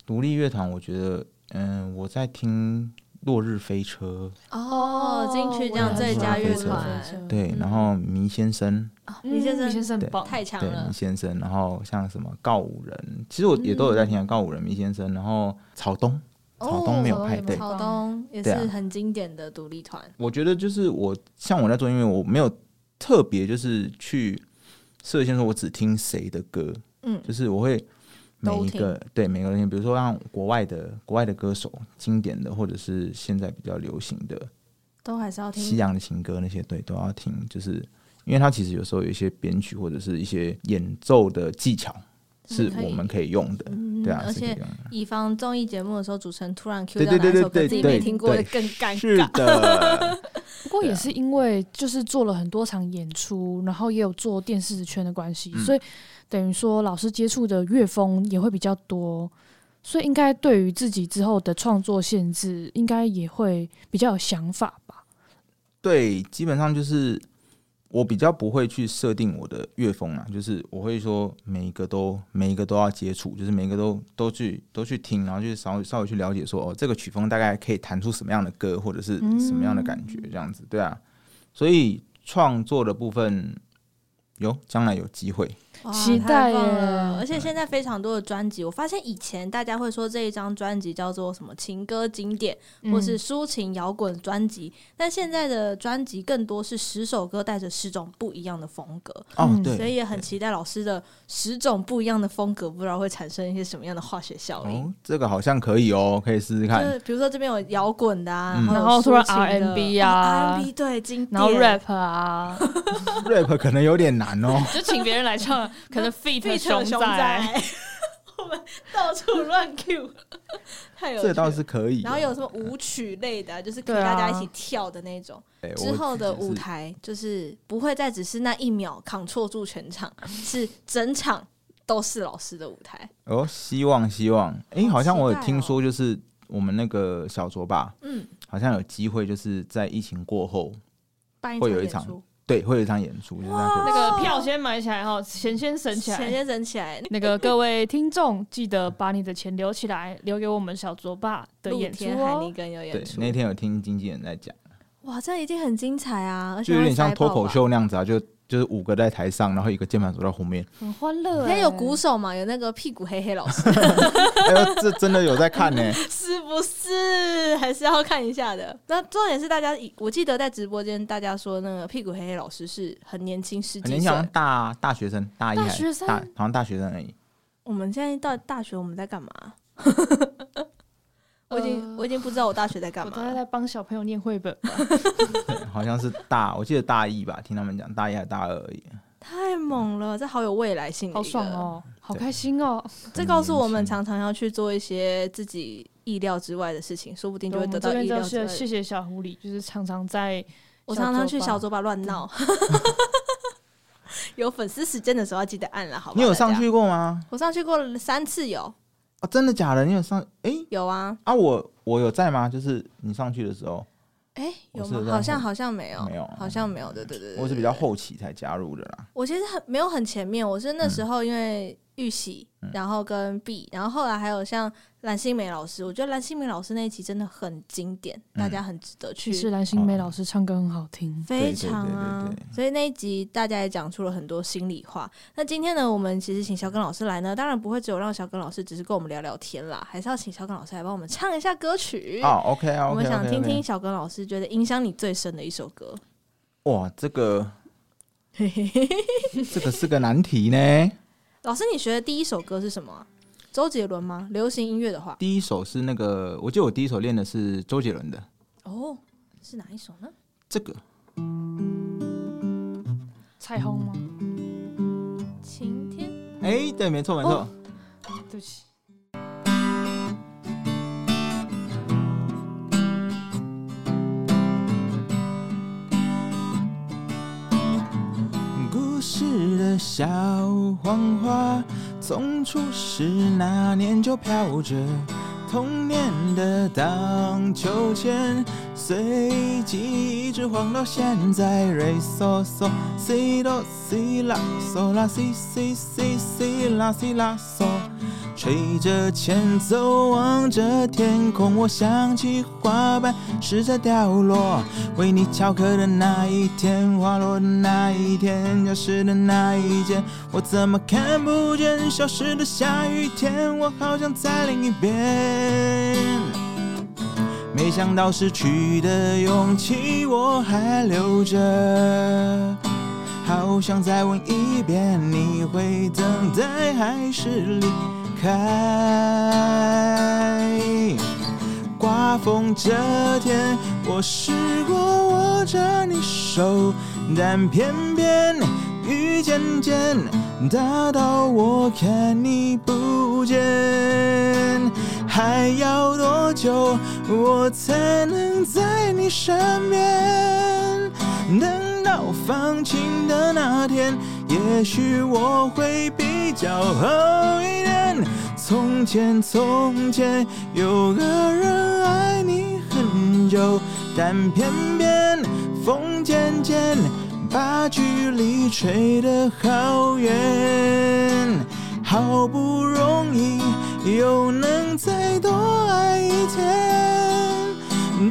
[SPEAKER 3] 独立乐团，我觉得，嗯、我在听《落日飞车
[SPEAKER 1] 哦，金曲奖最佳乐团，》，
[SPEAKER 3] 对，
[SPEAKER 1] 嗯
[SPEAKER 3] 然后迷先生，
[SPEAKER 2] 嗯，
[SPEAKER 1] 李先生
[SPEAKER 2] 李先生很棒，
[SPEAKER 1] 太强
[SPEAKER 3] 对，
[SPEAKER 1] 了
[SPEAKER 3] 迷，先生，然后像什么告五人，其实我也都有在听啊，告五人、迷先生，然后草东，草东没有派对。
[SPEAKER 1] 草东也是
[SPEAKER 3] 对啊
[SPEAKER 1] 很经典的独立团，
[SPEAKER 3] 我觉得就是我像我在做音乐，我没有特别就是去设限说我只听谁的歌，
[SPEAKER 1] 嗯
[SPEAKER 3] 就是我会每一
[SPEAKER 1] 都
[SPEAKER 3] 个对每个人，比如说像国外的国外的歌手，经典的或者是现在比较流行的
[SPEAKER 1] 都还是要
[SPEAKER 3] 西
[SPEAKER 1] 听。
[SPEAKER 3] 洋的情歌那些，对都要听，就是。因为它其实有时候有一些编曲或者是一些演奏的技巧是
[SPEAKER 1] 可以
[SPEAKER 3] 我们嗯可以用的，
[SPEAKER 1] 嗯
[SPEAKER 3] 对啊，
[SPEAKER 1] 而
[SPEAKER 3] 是可以
[SPEAKER 1] 且
[SPEAKER 3] 用的。
[SPEAKER 1] 以防综艺节目的时候，主持人突然 Q
[SPEAKER 3] 对
[SPEAKER 1] 到
[SPEAKER 3] 对
[SPEAKER 1] 哪
[SPEAKER 3] 对
[SPEAKER 1] 一
[SPEAKER 3] 对
[SPEAKER 1] 首歌
[SPEAKER 3] 对
[SPEAKER 1] 自己
[SPEAKER 3] 对，
[SPEAKER 1] 没听过的，
[SPEAKER 3] 对
[SPEAKER 1] 更尴
[SPEAKER 3] 是
[SPEAKER 1] 尬。
[SPEAKER 3] 的，
[SPEAKER 2] 不过
[SPEAKER 3] 对
[SPEAKER 2] 也
[SPEAKER 3] 啊
[SPEAKER 2] 是因为就是做了很多场演出，然后也有做电视圈的关系，
[SPEAKER 3] 嗯
[SPEAKER 2] 所以等于说老师接触的乐风也会比较多，所以应该对于自己之后的创作限制，应该也会比较有想法吧。
[SPEAKER 3] 对，基本上就是我比较不会去设定我的乐风啦，就是我会说每一个都每一个都要接触，就是每一个都都去都去听，然后去稍微稍微去了解说哦，这个曲风大概可以弹出什么样的歌，或者是
[SPEAKER 1] 嗯
[SPEAKER 3] 什么样的感觉这样子，对啊，所以创作的部分有，将来有机会。
[SPEAKER 1] 哇
[SPEAKER 2] 期
[SPEAKER 1] 太
[SPEAKER 2] 待
[SPEAKER 1] 棒了！
[SPEAKER 2] 耶嗯
[SPEAKER 1] 而且现在非常多的专辑，我发现以前大家会说这一张专辑叫做什么情歌经典，
[SPEAKER 2] 嗯
[SPEAKER 1] 或是抒情摇滚专辑，但现在的专辑更多是十首歌带着十种不一样的风格，
[SPEAKER 3] 哦
[SPEAKER 2] 嗯，
[SPEAKER 3] 对，
[SPEAKER 1] 所以也很期待老师的十种不一样的风格，不知道会产生一些什么样的化学效应。
[SPEAKER 3] 哦，这个好像可以哦，可以试试
[SPEAKER 1] 就
[SPEAKER 3] 看。
[SPEAKER 1] 是比如说这边有摇滚的啊，
[SPEAKER 3] 嗯
[SPEAKER 1] 有
[SPEAKER 2] 然后突然
[SPEAKER 1] 抒情的
[SPEAKER 2] R&B 啊
[SPEAKER 1] 哦，R&B 对经典，
[SPEAKER 2] 然后 rap 啊，
[SPEAKER 3] rap 可能有点难哦。
[SPEAKER 2] 就请别人来唱，可 能 feat
[SPEAKER 1] 非常
[SPEAKER 2] 熊
[SPEAKER 1] 熊
[SPEAKER 2] 仔，
[SPEAKER 1] 仔， 我们到处乱 Q，太 有趣
[SPEAKER 3] 这
[SPEAKER 1] 了
[SPEAKER 3] 倒是可以哦。
[SPEAKER 1] 然后有什么舞曲类的啊、就是可以
[SPEAKER 2] 对啊
[SPEAKER 1] 大家一起跳的那种。
[SPEAKER 3] 哎
[SPEAKER 1] 之后的舞，
[SPEAKER 3] 我
[SPEAKER 1] 台就是不会再只是那一秒扛错住全场，是整场都是老师的舞台。
[SPEAKER 3] 只是哦，希望希望，哎、
[SPEAKER 1] 好
[SPEAKER 3] 好像
[SPEAKER 1] 期
[SPEAKER 3] 我有
[SPEAKER 1] 待
[SPEAKER 3] 听
[SPEAKER 1] 哦
[SPEAKER 3] 说，就是我们那个小卓吧，
[SPEAKER 1] 嗯，
[SPEAKER 3] 好像有机会，就是在疫情过后，
[SPEAKER 1] 办一
[SPEAKER 3] 会有一
[SPEAKER 1] 场
[SPEAKER 3] 场
[SPEAKER 1] 演出，
[SPEAKER 3] 对，会有一场演出，就是那
[SPEAKER 2] 那
[SPEAKER 3] 个
[SPEAKER 2] 个票先买起来哈，钱先省起
[SPEAKER 1] 钱
[SPEAKER 2] 来。
[SPEAKER 1] 先整起来。
[SPEAKER 2] 那个各位听众，记得把你的钱留起来，留给我们小卓爸的
[SPEAKER 1] 露
[SPEAKER 2] 演出
[SPEAKER 1] 天海尼
[SPEAKER 2] 哦。
[SPEAKER 1] 根有演
[SPEAKER 3] 对，
[SPEAKER 1] 出，
[SPEAKER 3] 那天有听经纪人在讲，
[SPEAKER 1] 哇，这样一定很精彩啊！而且
[SPEAKER 3] 就有
[SPEAKER 1] 会
[SPEAKER 3] 点像
[SPEAKER 1] 塞
[SPEAKER 3] 脱
[SPEAKER 1] 爆
[SPEAKER 3] 口
[SPEAKER 1] 吧。
[SPEAKER 3] 秀那样子啊，就就是五个在台上，然后一个键盘手在后面。
[SPEAKER 2] 很欢乐、
[SPEAKER 1] 那
[SPEAKER 2] 欸，
[SPEAKER 1] 天有鼓手嘛？有那个屁股黑黑 老师，
[SPEAKER 3] 哎呦，这真的有在看 呢、
[SPEAKER 1] 是不是？还是要看一下的。那重点是大家以，我记得在直播间大家说那个屁股黑黑老师是很年轻，十
[SPEAKER 3] 很
[SPEAKER 1] 几
[SPEAKER 3] 年轻，好像啊
[SPEAKER 1] 岁。
[SPEAKER 3] 大大学生，大一
[SPEAKER 2] 大
[SPEAKER 3] 还
[SPEAKER 2] 学生
[SPEAKER 3] 大好像大学生而已。
[SPEAKER 1] 我们现在到大学，我们在干嘛？
[SPEAKER 2] 呃
[SPEAKER 1] 我已经、我已经不知道我大学在干
[SPEAKER 2] 我
[SPEAKER 1] 嘛
[SPEAKER 2] 大概
[SPEAKER 1] 了。
[SPEAKER 2] 在帮小朋友念绘本。
[SPEAKER 3] 对好像是大，我记得大一吧，听他们讲大一还大二而已。
[SPEAKER 1] 太猛了，这好有未来性，
[SPEAKER 2] 好爽！哦，好开心哦！
[SPEAKER 1] 这告诉我
[SPEAKER 3] 嗯
[SPEAKER 1] 们，常常要去做一些自己意料之外的事情，说不定就
[SPEAKER 2] 对我
[SPEAKER 1] 会
[SPEAKER 2] 们
[SPEAKER 1] 得
[SPEAKER 2] 这
[SPEAKER 1] 到
[SPEAKER 2] 边
[SPEAKER 1] 意
[SPEAKER 2] 就
[SPEAKER 1] 料之
[SPEAKER 2] 是
[SPEAKER 1] 外
[SPEAKER 2] 谢
[SPEAKER 1] 的。
[SPEAKER 2] 谢小狐狸，就是常常在
[SPEAKER 1] 我常常去
[SPEAKER 2] 吧嗯
[SPEAKER 1] 小桌吧乱闹， 有粉丝时间的时候要记得按了，好不好？
[SPEAKER 3] 你有上
[SPEAKER 1] 大家？
[SPEAKER 3] 去过吗？
[SPEAKER 1] 我上去过三次有，
[SPEAKER 3] 啊，真的假的？你有上？哎、
[SPEAKER 1] 有啊，
[SPEAKER 3] 啊，我我有在吗？就是你上去的时候，
[SPEAKER 1] 哎，
[SPEAKER 3] 我
[SPEAKER 1] 有
[SPEAKER 3] 是有
[SPEAKER 1] 吗？
[SPEAKER 3] 在
[SPEAKER 1] 好像
[SPEAKER 3] 后
[SPEAKER 1] 好像没有，
[SPEAKER 3] 没有嗯
[SPEAKER 1] 好像没有。对对对，对
[SPEAKER 3] 我是比较。后期才加入的啦。
[SPEAKER 1] 我其实很没有很前面，我是那时候因为预习，
[SPEAKER 3] 嗯
[SPEAKER 1] 然后跟 B，然后后来还有像蓝心湄老师，我觉得蓝心湄老师那一集真的很经典，
[SPEAKER 3] 嗯
[SPEAKER 1] 大家很值得去
[SPEAKER 2] 其实蓝心
[SPEAKER 3] 啊
[SPEAKER 2] 湄老师唱歌很好听，
[SPEAKER 1] 非常啊，
[SPEAKER 3] 对对对对
[SPEAKER 1] 所以那一集大家也讲出了很多心里话。那今天呢，我们其实请小耿老师来呢，当然不会只有让小耿老师只是跟我们聊聊天啦，还是要请小耿老师来帮我们唱一下歌曲。
[SPEAKER 3] 哦，OK 啊，
[SPEAKER 1] 我
[SPEAKER 3] OK，
[SPEAKER 1] 们想
[SPEAKER 3] OK，OK
[SPEAKER 1] 听听。小耿老师觉得影响你最深的一首歌。
[SPEAKER 3] 哇，这 个
[SPEAKER 1] 嘿嘿嘿
[SPEAKER 3] 这个是个难题呢。
[SPEAKER 1] 老师，你学的第一首歌是什么啊、周杰伦吗？流行音乐的话，
[SPEAKER 3] 第一首是那个，我记得我第一首练的是周杰伦的
[SPEAKER 1] 哦，是哪一首呢？
[SPEAKER 3] 这个，
[SPEAKER 2] 彩虹吗？
[SPEAKER 1] 晴天。
[SPEAKER 3] 哎、对，没错没错
[SPEAKER 1] 哦，
[SPEAKER 2] 对不起，
[SPEAKER 3] 故事的小黄花，从出世那年就飘着。童年的荡秋千，随即一直晃到现在。瑞嗦嗦，西哆西啦嗦啦西西西西啦西啦嗦，吹着前奏，望着天空，我想起花瓣是在掉落。为你翘课的那一天，花落的那一天，教室的那一间，我怎么看不见消失的下雨天？我好想再淋一遍。没想到失去的勇气我还留着，好想再问一遍，你会等待还是离开？刮风这天，我试过握着你手，但偏偏雨渐渐大到我看你不见。还要多久我才能在你身边？等到放晴的那天，也许我会比较好一点。从前，从前有个人爱你很久，但偏偏风渐渐把距离吹得好远。好不容易又能再多爱一天，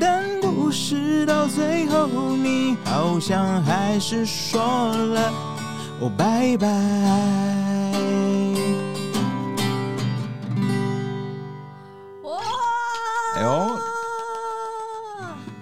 [SPEAKER 3] 但故事到最后，你好像还是说了。哦，拜拜。
[SPEAKER 1] 哇！
[SPEAKER 3] 哎呦，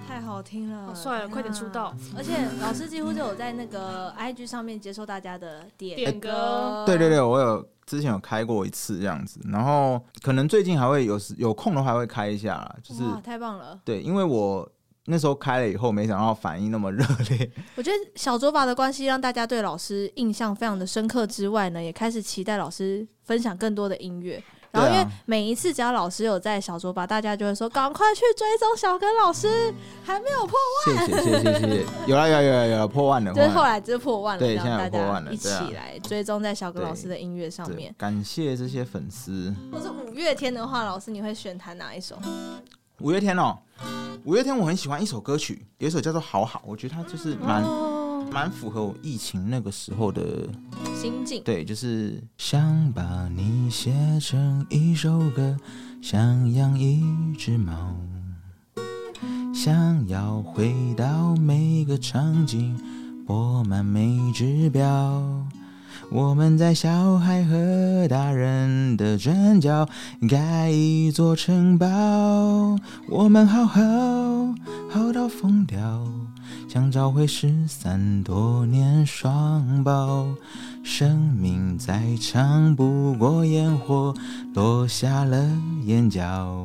[SPEAKER 1] 太好听了，哎
[SPEAKER 2] 好帅哦了快点出道！
[SPEAKER 1] 而且老师几乎就有在那个 IG 上面接受大家的点
[SPEAKER 2] 点歌
[SPEAKER 3] 对对对，我有之前有开过一次这样子，然后可能最近还会有时有空的话还会开一下啦，就是
[SPEAKER 1] 哇，太棒了！
[SPEAKER 3] 对，因为我那时候开了以后，没想到反应那么热 烈。
[SPEAKER 1] 我觉得小卓法的关系让大家对老师印象非常的深刻之外呢，也开始期待老师分享更多的音乐。然后，因
[SPEAKER 3] 对啊
[SPEAKER 1] 为每一次只要老师有在小卓吧，大家就会说赶快去追踪小跟老师，还没有破
[SPEAKER 3] 谢谢谢谢谢谢，有了有啦有啦有了破万了，
[SPEAKER 1] 万，就是
[SPEAKER 3] 破
[SPEAKER 1] 后
[SPEAKER 3] 万了
[SPEAKER 1] 来就是破万了，
[SPEAKER 3] 对
[SPEAKER 1] 让
[SPEAKER 3] 现在
[SPEAKER 1] 大
[SPEAKER 3] 有破万
[SPEAKER 1] 家
[SPEAKER 3] 了
[SPEAKER 1] 一起
[SPEAKER 3] 对啊
[SPEAKER 1] 来追踪在小跟老师
[SPEAKER 3] 对
[SPEAKER 1] 的音乐上面
[SPEAKER 3] 对。感谢这些粉丝。
[SPEAKER 1] 或是五月天的话，老师你会选弹哪一首？
[SPEAKER 3] 五月天哦，五月天我很喜欢一首歌曲，有一首叫做《好好》，我觉得它就是蛮
[SPEAKER 2] 哦，
[SPEAKER 3] 蛮符合我疫情那个时候的，
[SPEAKER 1] 心境。
[SPEAKER 3] 对，就是想把你写成一首歌，想养一只猫，想要回到每个场景，播满每只表。我们在小孩和大人的转角盖一座城堡，我们好好好到疯掉，想找回失散多年双胞。生命再长不过烟火落下了眼角，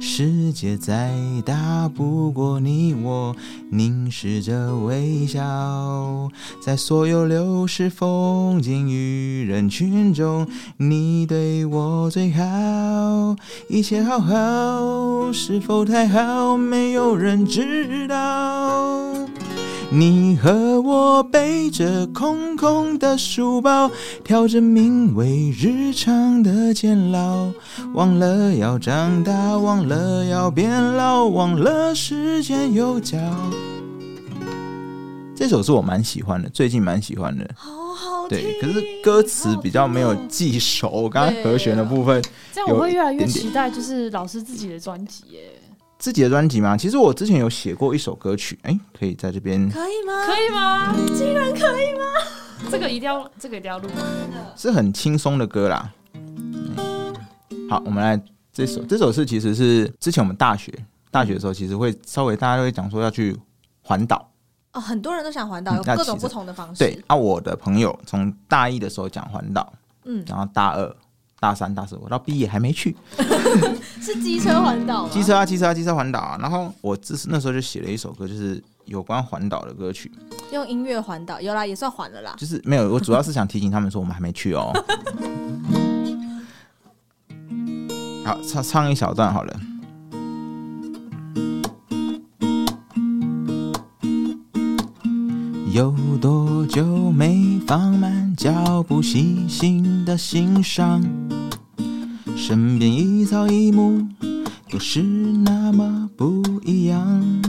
[SPEAKER 3] 世界再大不过你我凝视着微笑，在所有流逝风景与人群中，你对我最好，一切好好，是否太好？没有人知道。你和我背着空空的书包，挑着名为日常的煎熬，忘了要长大，忘了要变老，忘了时间有脚。这首是我蛮喜欢的，最近蛮喜欢的。
[SPEAKER 1] 好好听。啊
[SPEAKER 3] 对，可是歌词比较没有记熟，我刚刚和弦的部分。
[SPEAKER 2] 这样我会越来越
[SPEAKER 3] 有一点点
[SPEAKER 2] 期待，就是老师自己的专辑耶，
[SPEAKER 3] 自己的专辑嘛，其实我之前有写过一首歌曲，哎，可以在这边
[SPEAKER 1] 可以吗？
[SPEAKER 2] 可以吗？
[SPEAKER 1] 以，竟然可以吗？
[SPEAKER 2] 这个一定要，这个一定要录。
[SPEAKER 3] 是很轻松的歌啦。嗯好，我们来这首，这首是其实是之前我们大学大学的时候，其实会稍微大家都会讲说要去环岛。
[SPEAKER 1] 哦，很多人都想环岛，
[SPEAKER 3] 嗯
[SPEAKER 1] 有
[SPEAKER 3] 那
[SPEAKER 1] 各
[SPEAKER 3] 其
[SPEAKER 1] 种
[SPEAKER 3] 实
[SPEAKER 1] 不同的方式。
[SPEAKER 3] 对，，啊，我的朋友从大一的时候讲环岛，
[SPEAKER 1] 嗯，
[SPEAKER 3] 然后大二、大三、大四，我到毕业还没去。
[SPEAKER 1] 是机车环岛吗。
[SPEAKER 3] 机车啊，机车啊，机车环岛啊。然后我自那时候就写了一首歌，就是有关环岛的歌曲，
[SPEAKER 1] 用音乐环岛，有啦，也算环了啦。
[SPEAKER 3] 就是没有，我主要是想提醒他们说我们还没去哦。好，唱唱一小段好了。有多久没放慢脚步，细心的欣赏身边一草一木，都是那么不一样。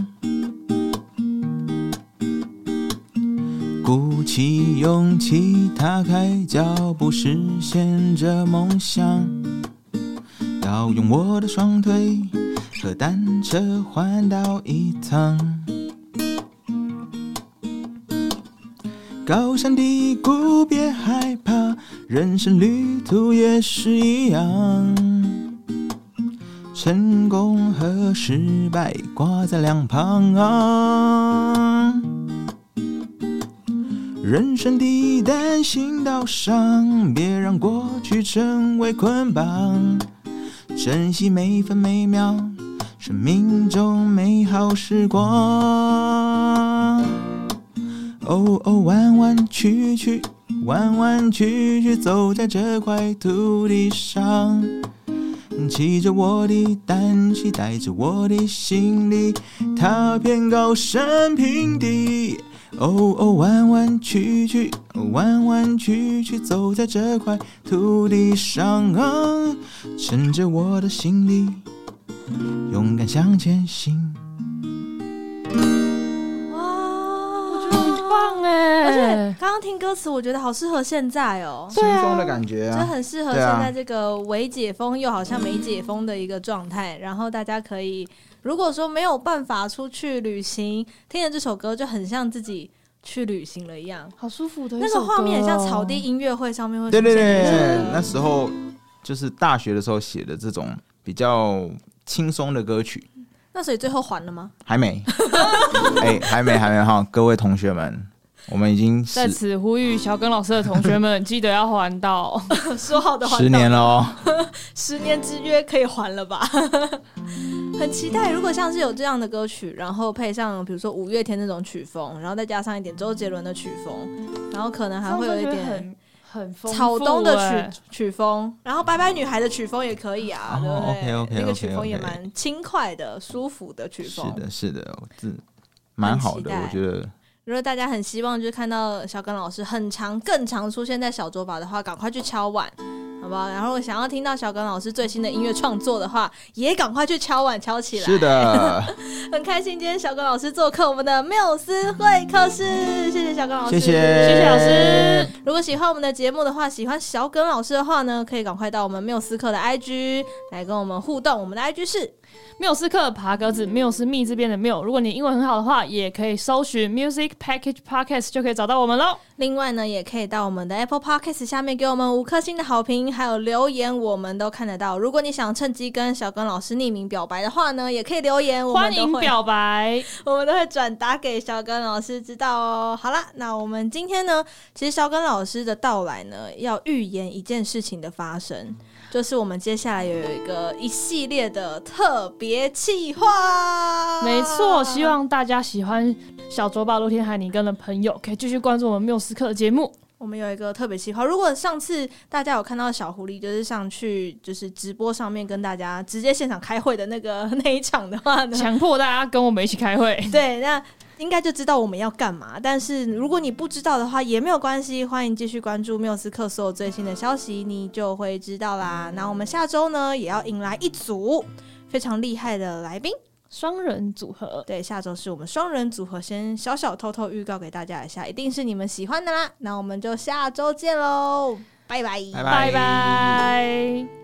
[SPEAKER 3] 鼓起勇气，踏开脚步，实现着梦想。要用我的双腿和单车环岛一趟。高山低谷别害怕，人生旅途也是一样。成功和失败挂在两旁、人生的单行道上，别让过去成为捆绑，珍惜每分每秒，生命中美好时光。哦哦，弯弯曲曲，弯弯曲曲，走在这块土地上。骑着我的单车，带着我的行李，踏遍高山平地。哦哦，弯弯曲曲，弯弯曲曲，走在这块土地上啊，乘着我的行李，勇敢向前行。
[SPEAKER 1] 哇，
[SPEAKER 2] 我
[SPEAKER 1] 我
[SPEAKER 2] 觉得很棒哎，
[SPEAKER 1] 哦而且刚刚听歌词，我觉得好适合现在哦。
[SPEAKER 2] 对啊轻松的
[SPEAKER 3] 感觉
[SPEAKER 1] 就！很适合
[SPEAKER 3] 对啊
[SPEAKER 1] 现在这个微解封又好像没解封的一个状态，然后大家可以，如果说没有办法出去旅行，听了这首歌就很像自己去旅行了一样。
[SPEAKER 2] 好舒服的一
[SPEAKER 1] 那个
[SPEAKER 2] 首歌
[SPEAKER 1] 画面很像
[SPEAKER 2] 哦
[SPEAKER 1] 草地音乐会上面会出现
[SPEAKER 3] 对
[SPEAKER 1] 的
[SPEAKER 3] 啊
[SPEAKER 1] 那
[SPEAKER 3] 对对
[SPEAKER 1] 种
[SPEAKER 2] 是，
[SPEAKER 3] 那时候就是大学的时候写的这种比较轻松的歌曲，
[SPEAKER 1] 那所以最后还了吗？
[SPEAKER 3] 还没，哎、还没，还没哈，各位同学们，我们已经
[SPEAKER 2] 在
[SPEAKER 3] 十
[SPEAKER 2] 此呼吁小耿老师的同 学们，记得要还到。
[SPEAKER 1] 说好的还
[SPEAKER 3] 十
[SPEAKER 1] 到
[SPEAKER 3] 年了哦，
[SPEAKER 1] 十年之约可以还了吧？ 很期待，如果像是有这样的歌曲，然后配上比如说五月天那种曲风，然后再加上一点周杰伦的曲风，然后可能还会有一点
[SPEAKER 2] 很很丰富
[SPEAKER 1] 草东的
[SPEAKER 2] 欸
[SPEAKER 1] 曲曲风，然后拜拜女孩的曲风也可以啊，对
[SPEAKER 3] 哦
[SPEAKER 1] 不对
[SPEAKER 3] OK，OK，OK，
[SPEAKER 1] 那个曲风也
[SPEAKER 3] OK
[SPEAKER 1] 蛮轻快的、舒服的曲
[SPEAKER 3] 是
[SPEAKER 1] 风。
[SPEAKER 3] 的，是的，我自蛮好
[SPEAKER 1] 很期
[SPEAKER 3] 的，
[SPEAKER 1] 待
[SPEAKER 3] 我觉得
[SPEAKER 1] 如果大家很希望就是看到小耿老师很常、更常出现在小桌吧的话，赶快去敲碗，好不好？然后想要听到小耿老师最新的音乐创作的话，也赶快去敲碗敲起来。
[SPEAKER 3] 是的，
[SPEAKER 1] 很开心今天小耿老师做客我们的缪斯会客室，谢谢小耿老师，
[SPEAKER 3] 谢谢，
[SPEAKER 2] 谢谢老师。
[SPEAKER 1] 如果喜欢我们的节目的话，喜欢小耿老师的话呢，可以赶快到我们缪斯课的 IG 来跟我们互动。我们的 IG 是
[SPEAKER 2] 缪斯克爬格子，缪是密这边的缪。如果你英文很好的话，也可以搜寻 Music Package Podcast 就可以找到我们喽。
[SPEAKER 1] 另外呢，也可以到我们的 Apple Podcast 下面给我们五颗星的好评，还有留言，我们都看得到。如果你想趁机跟小耿老师匿名表白的话呢，也可以留言，我
[SPEAKER 2] 欢
[SPEAKER 1] 们都
[SPEAKER 2] 迎
[SPEAKER 1] 会
[SPEAKER 2] 表白，
[SPEAKER 1] 我们都会转达给小耿老师知道哦。好啦，那我们今天呢，其实小耿老师的到来呢，要预言一件事情的发生，就是我们接下来有一个一系列的特别企划。
[SPEAKER 2] 没错，希望大家喜欢小卓吧露天海尼根的朋友，可以继续关注我们缪斯克的节目。
[SPEAKER 1] 我们有一个特别企划。如果上次大家有看到小狐狸，就是上去就是直播上面跟大家直接现场开会的那个 那一场的话呢，
[SPEAKER 2] 强迫大家跟我们一起开会。
[SPEAKER 1] 对，那应该就知道我们要干嘛。但是如果你不知道的话，也没有关系，欢迎继续关注缪斯克所有最新的消息，你就会知道啦。那我们下周呢，也要迎来一组非常厉害的来宾。
[SPEAKER 2] 双人组合，
[SPEAKER 1] 对，下周是我们双人组合，先小小偷偷预告给大家一下，一定是你们喜欢的啦。那我们就下周见喽，拜拜，
[SPEAKER 3] 拜
[SPEAKER 2] 拜
[SPEAKER 3] 拜
[SPEAKER 2] 拜。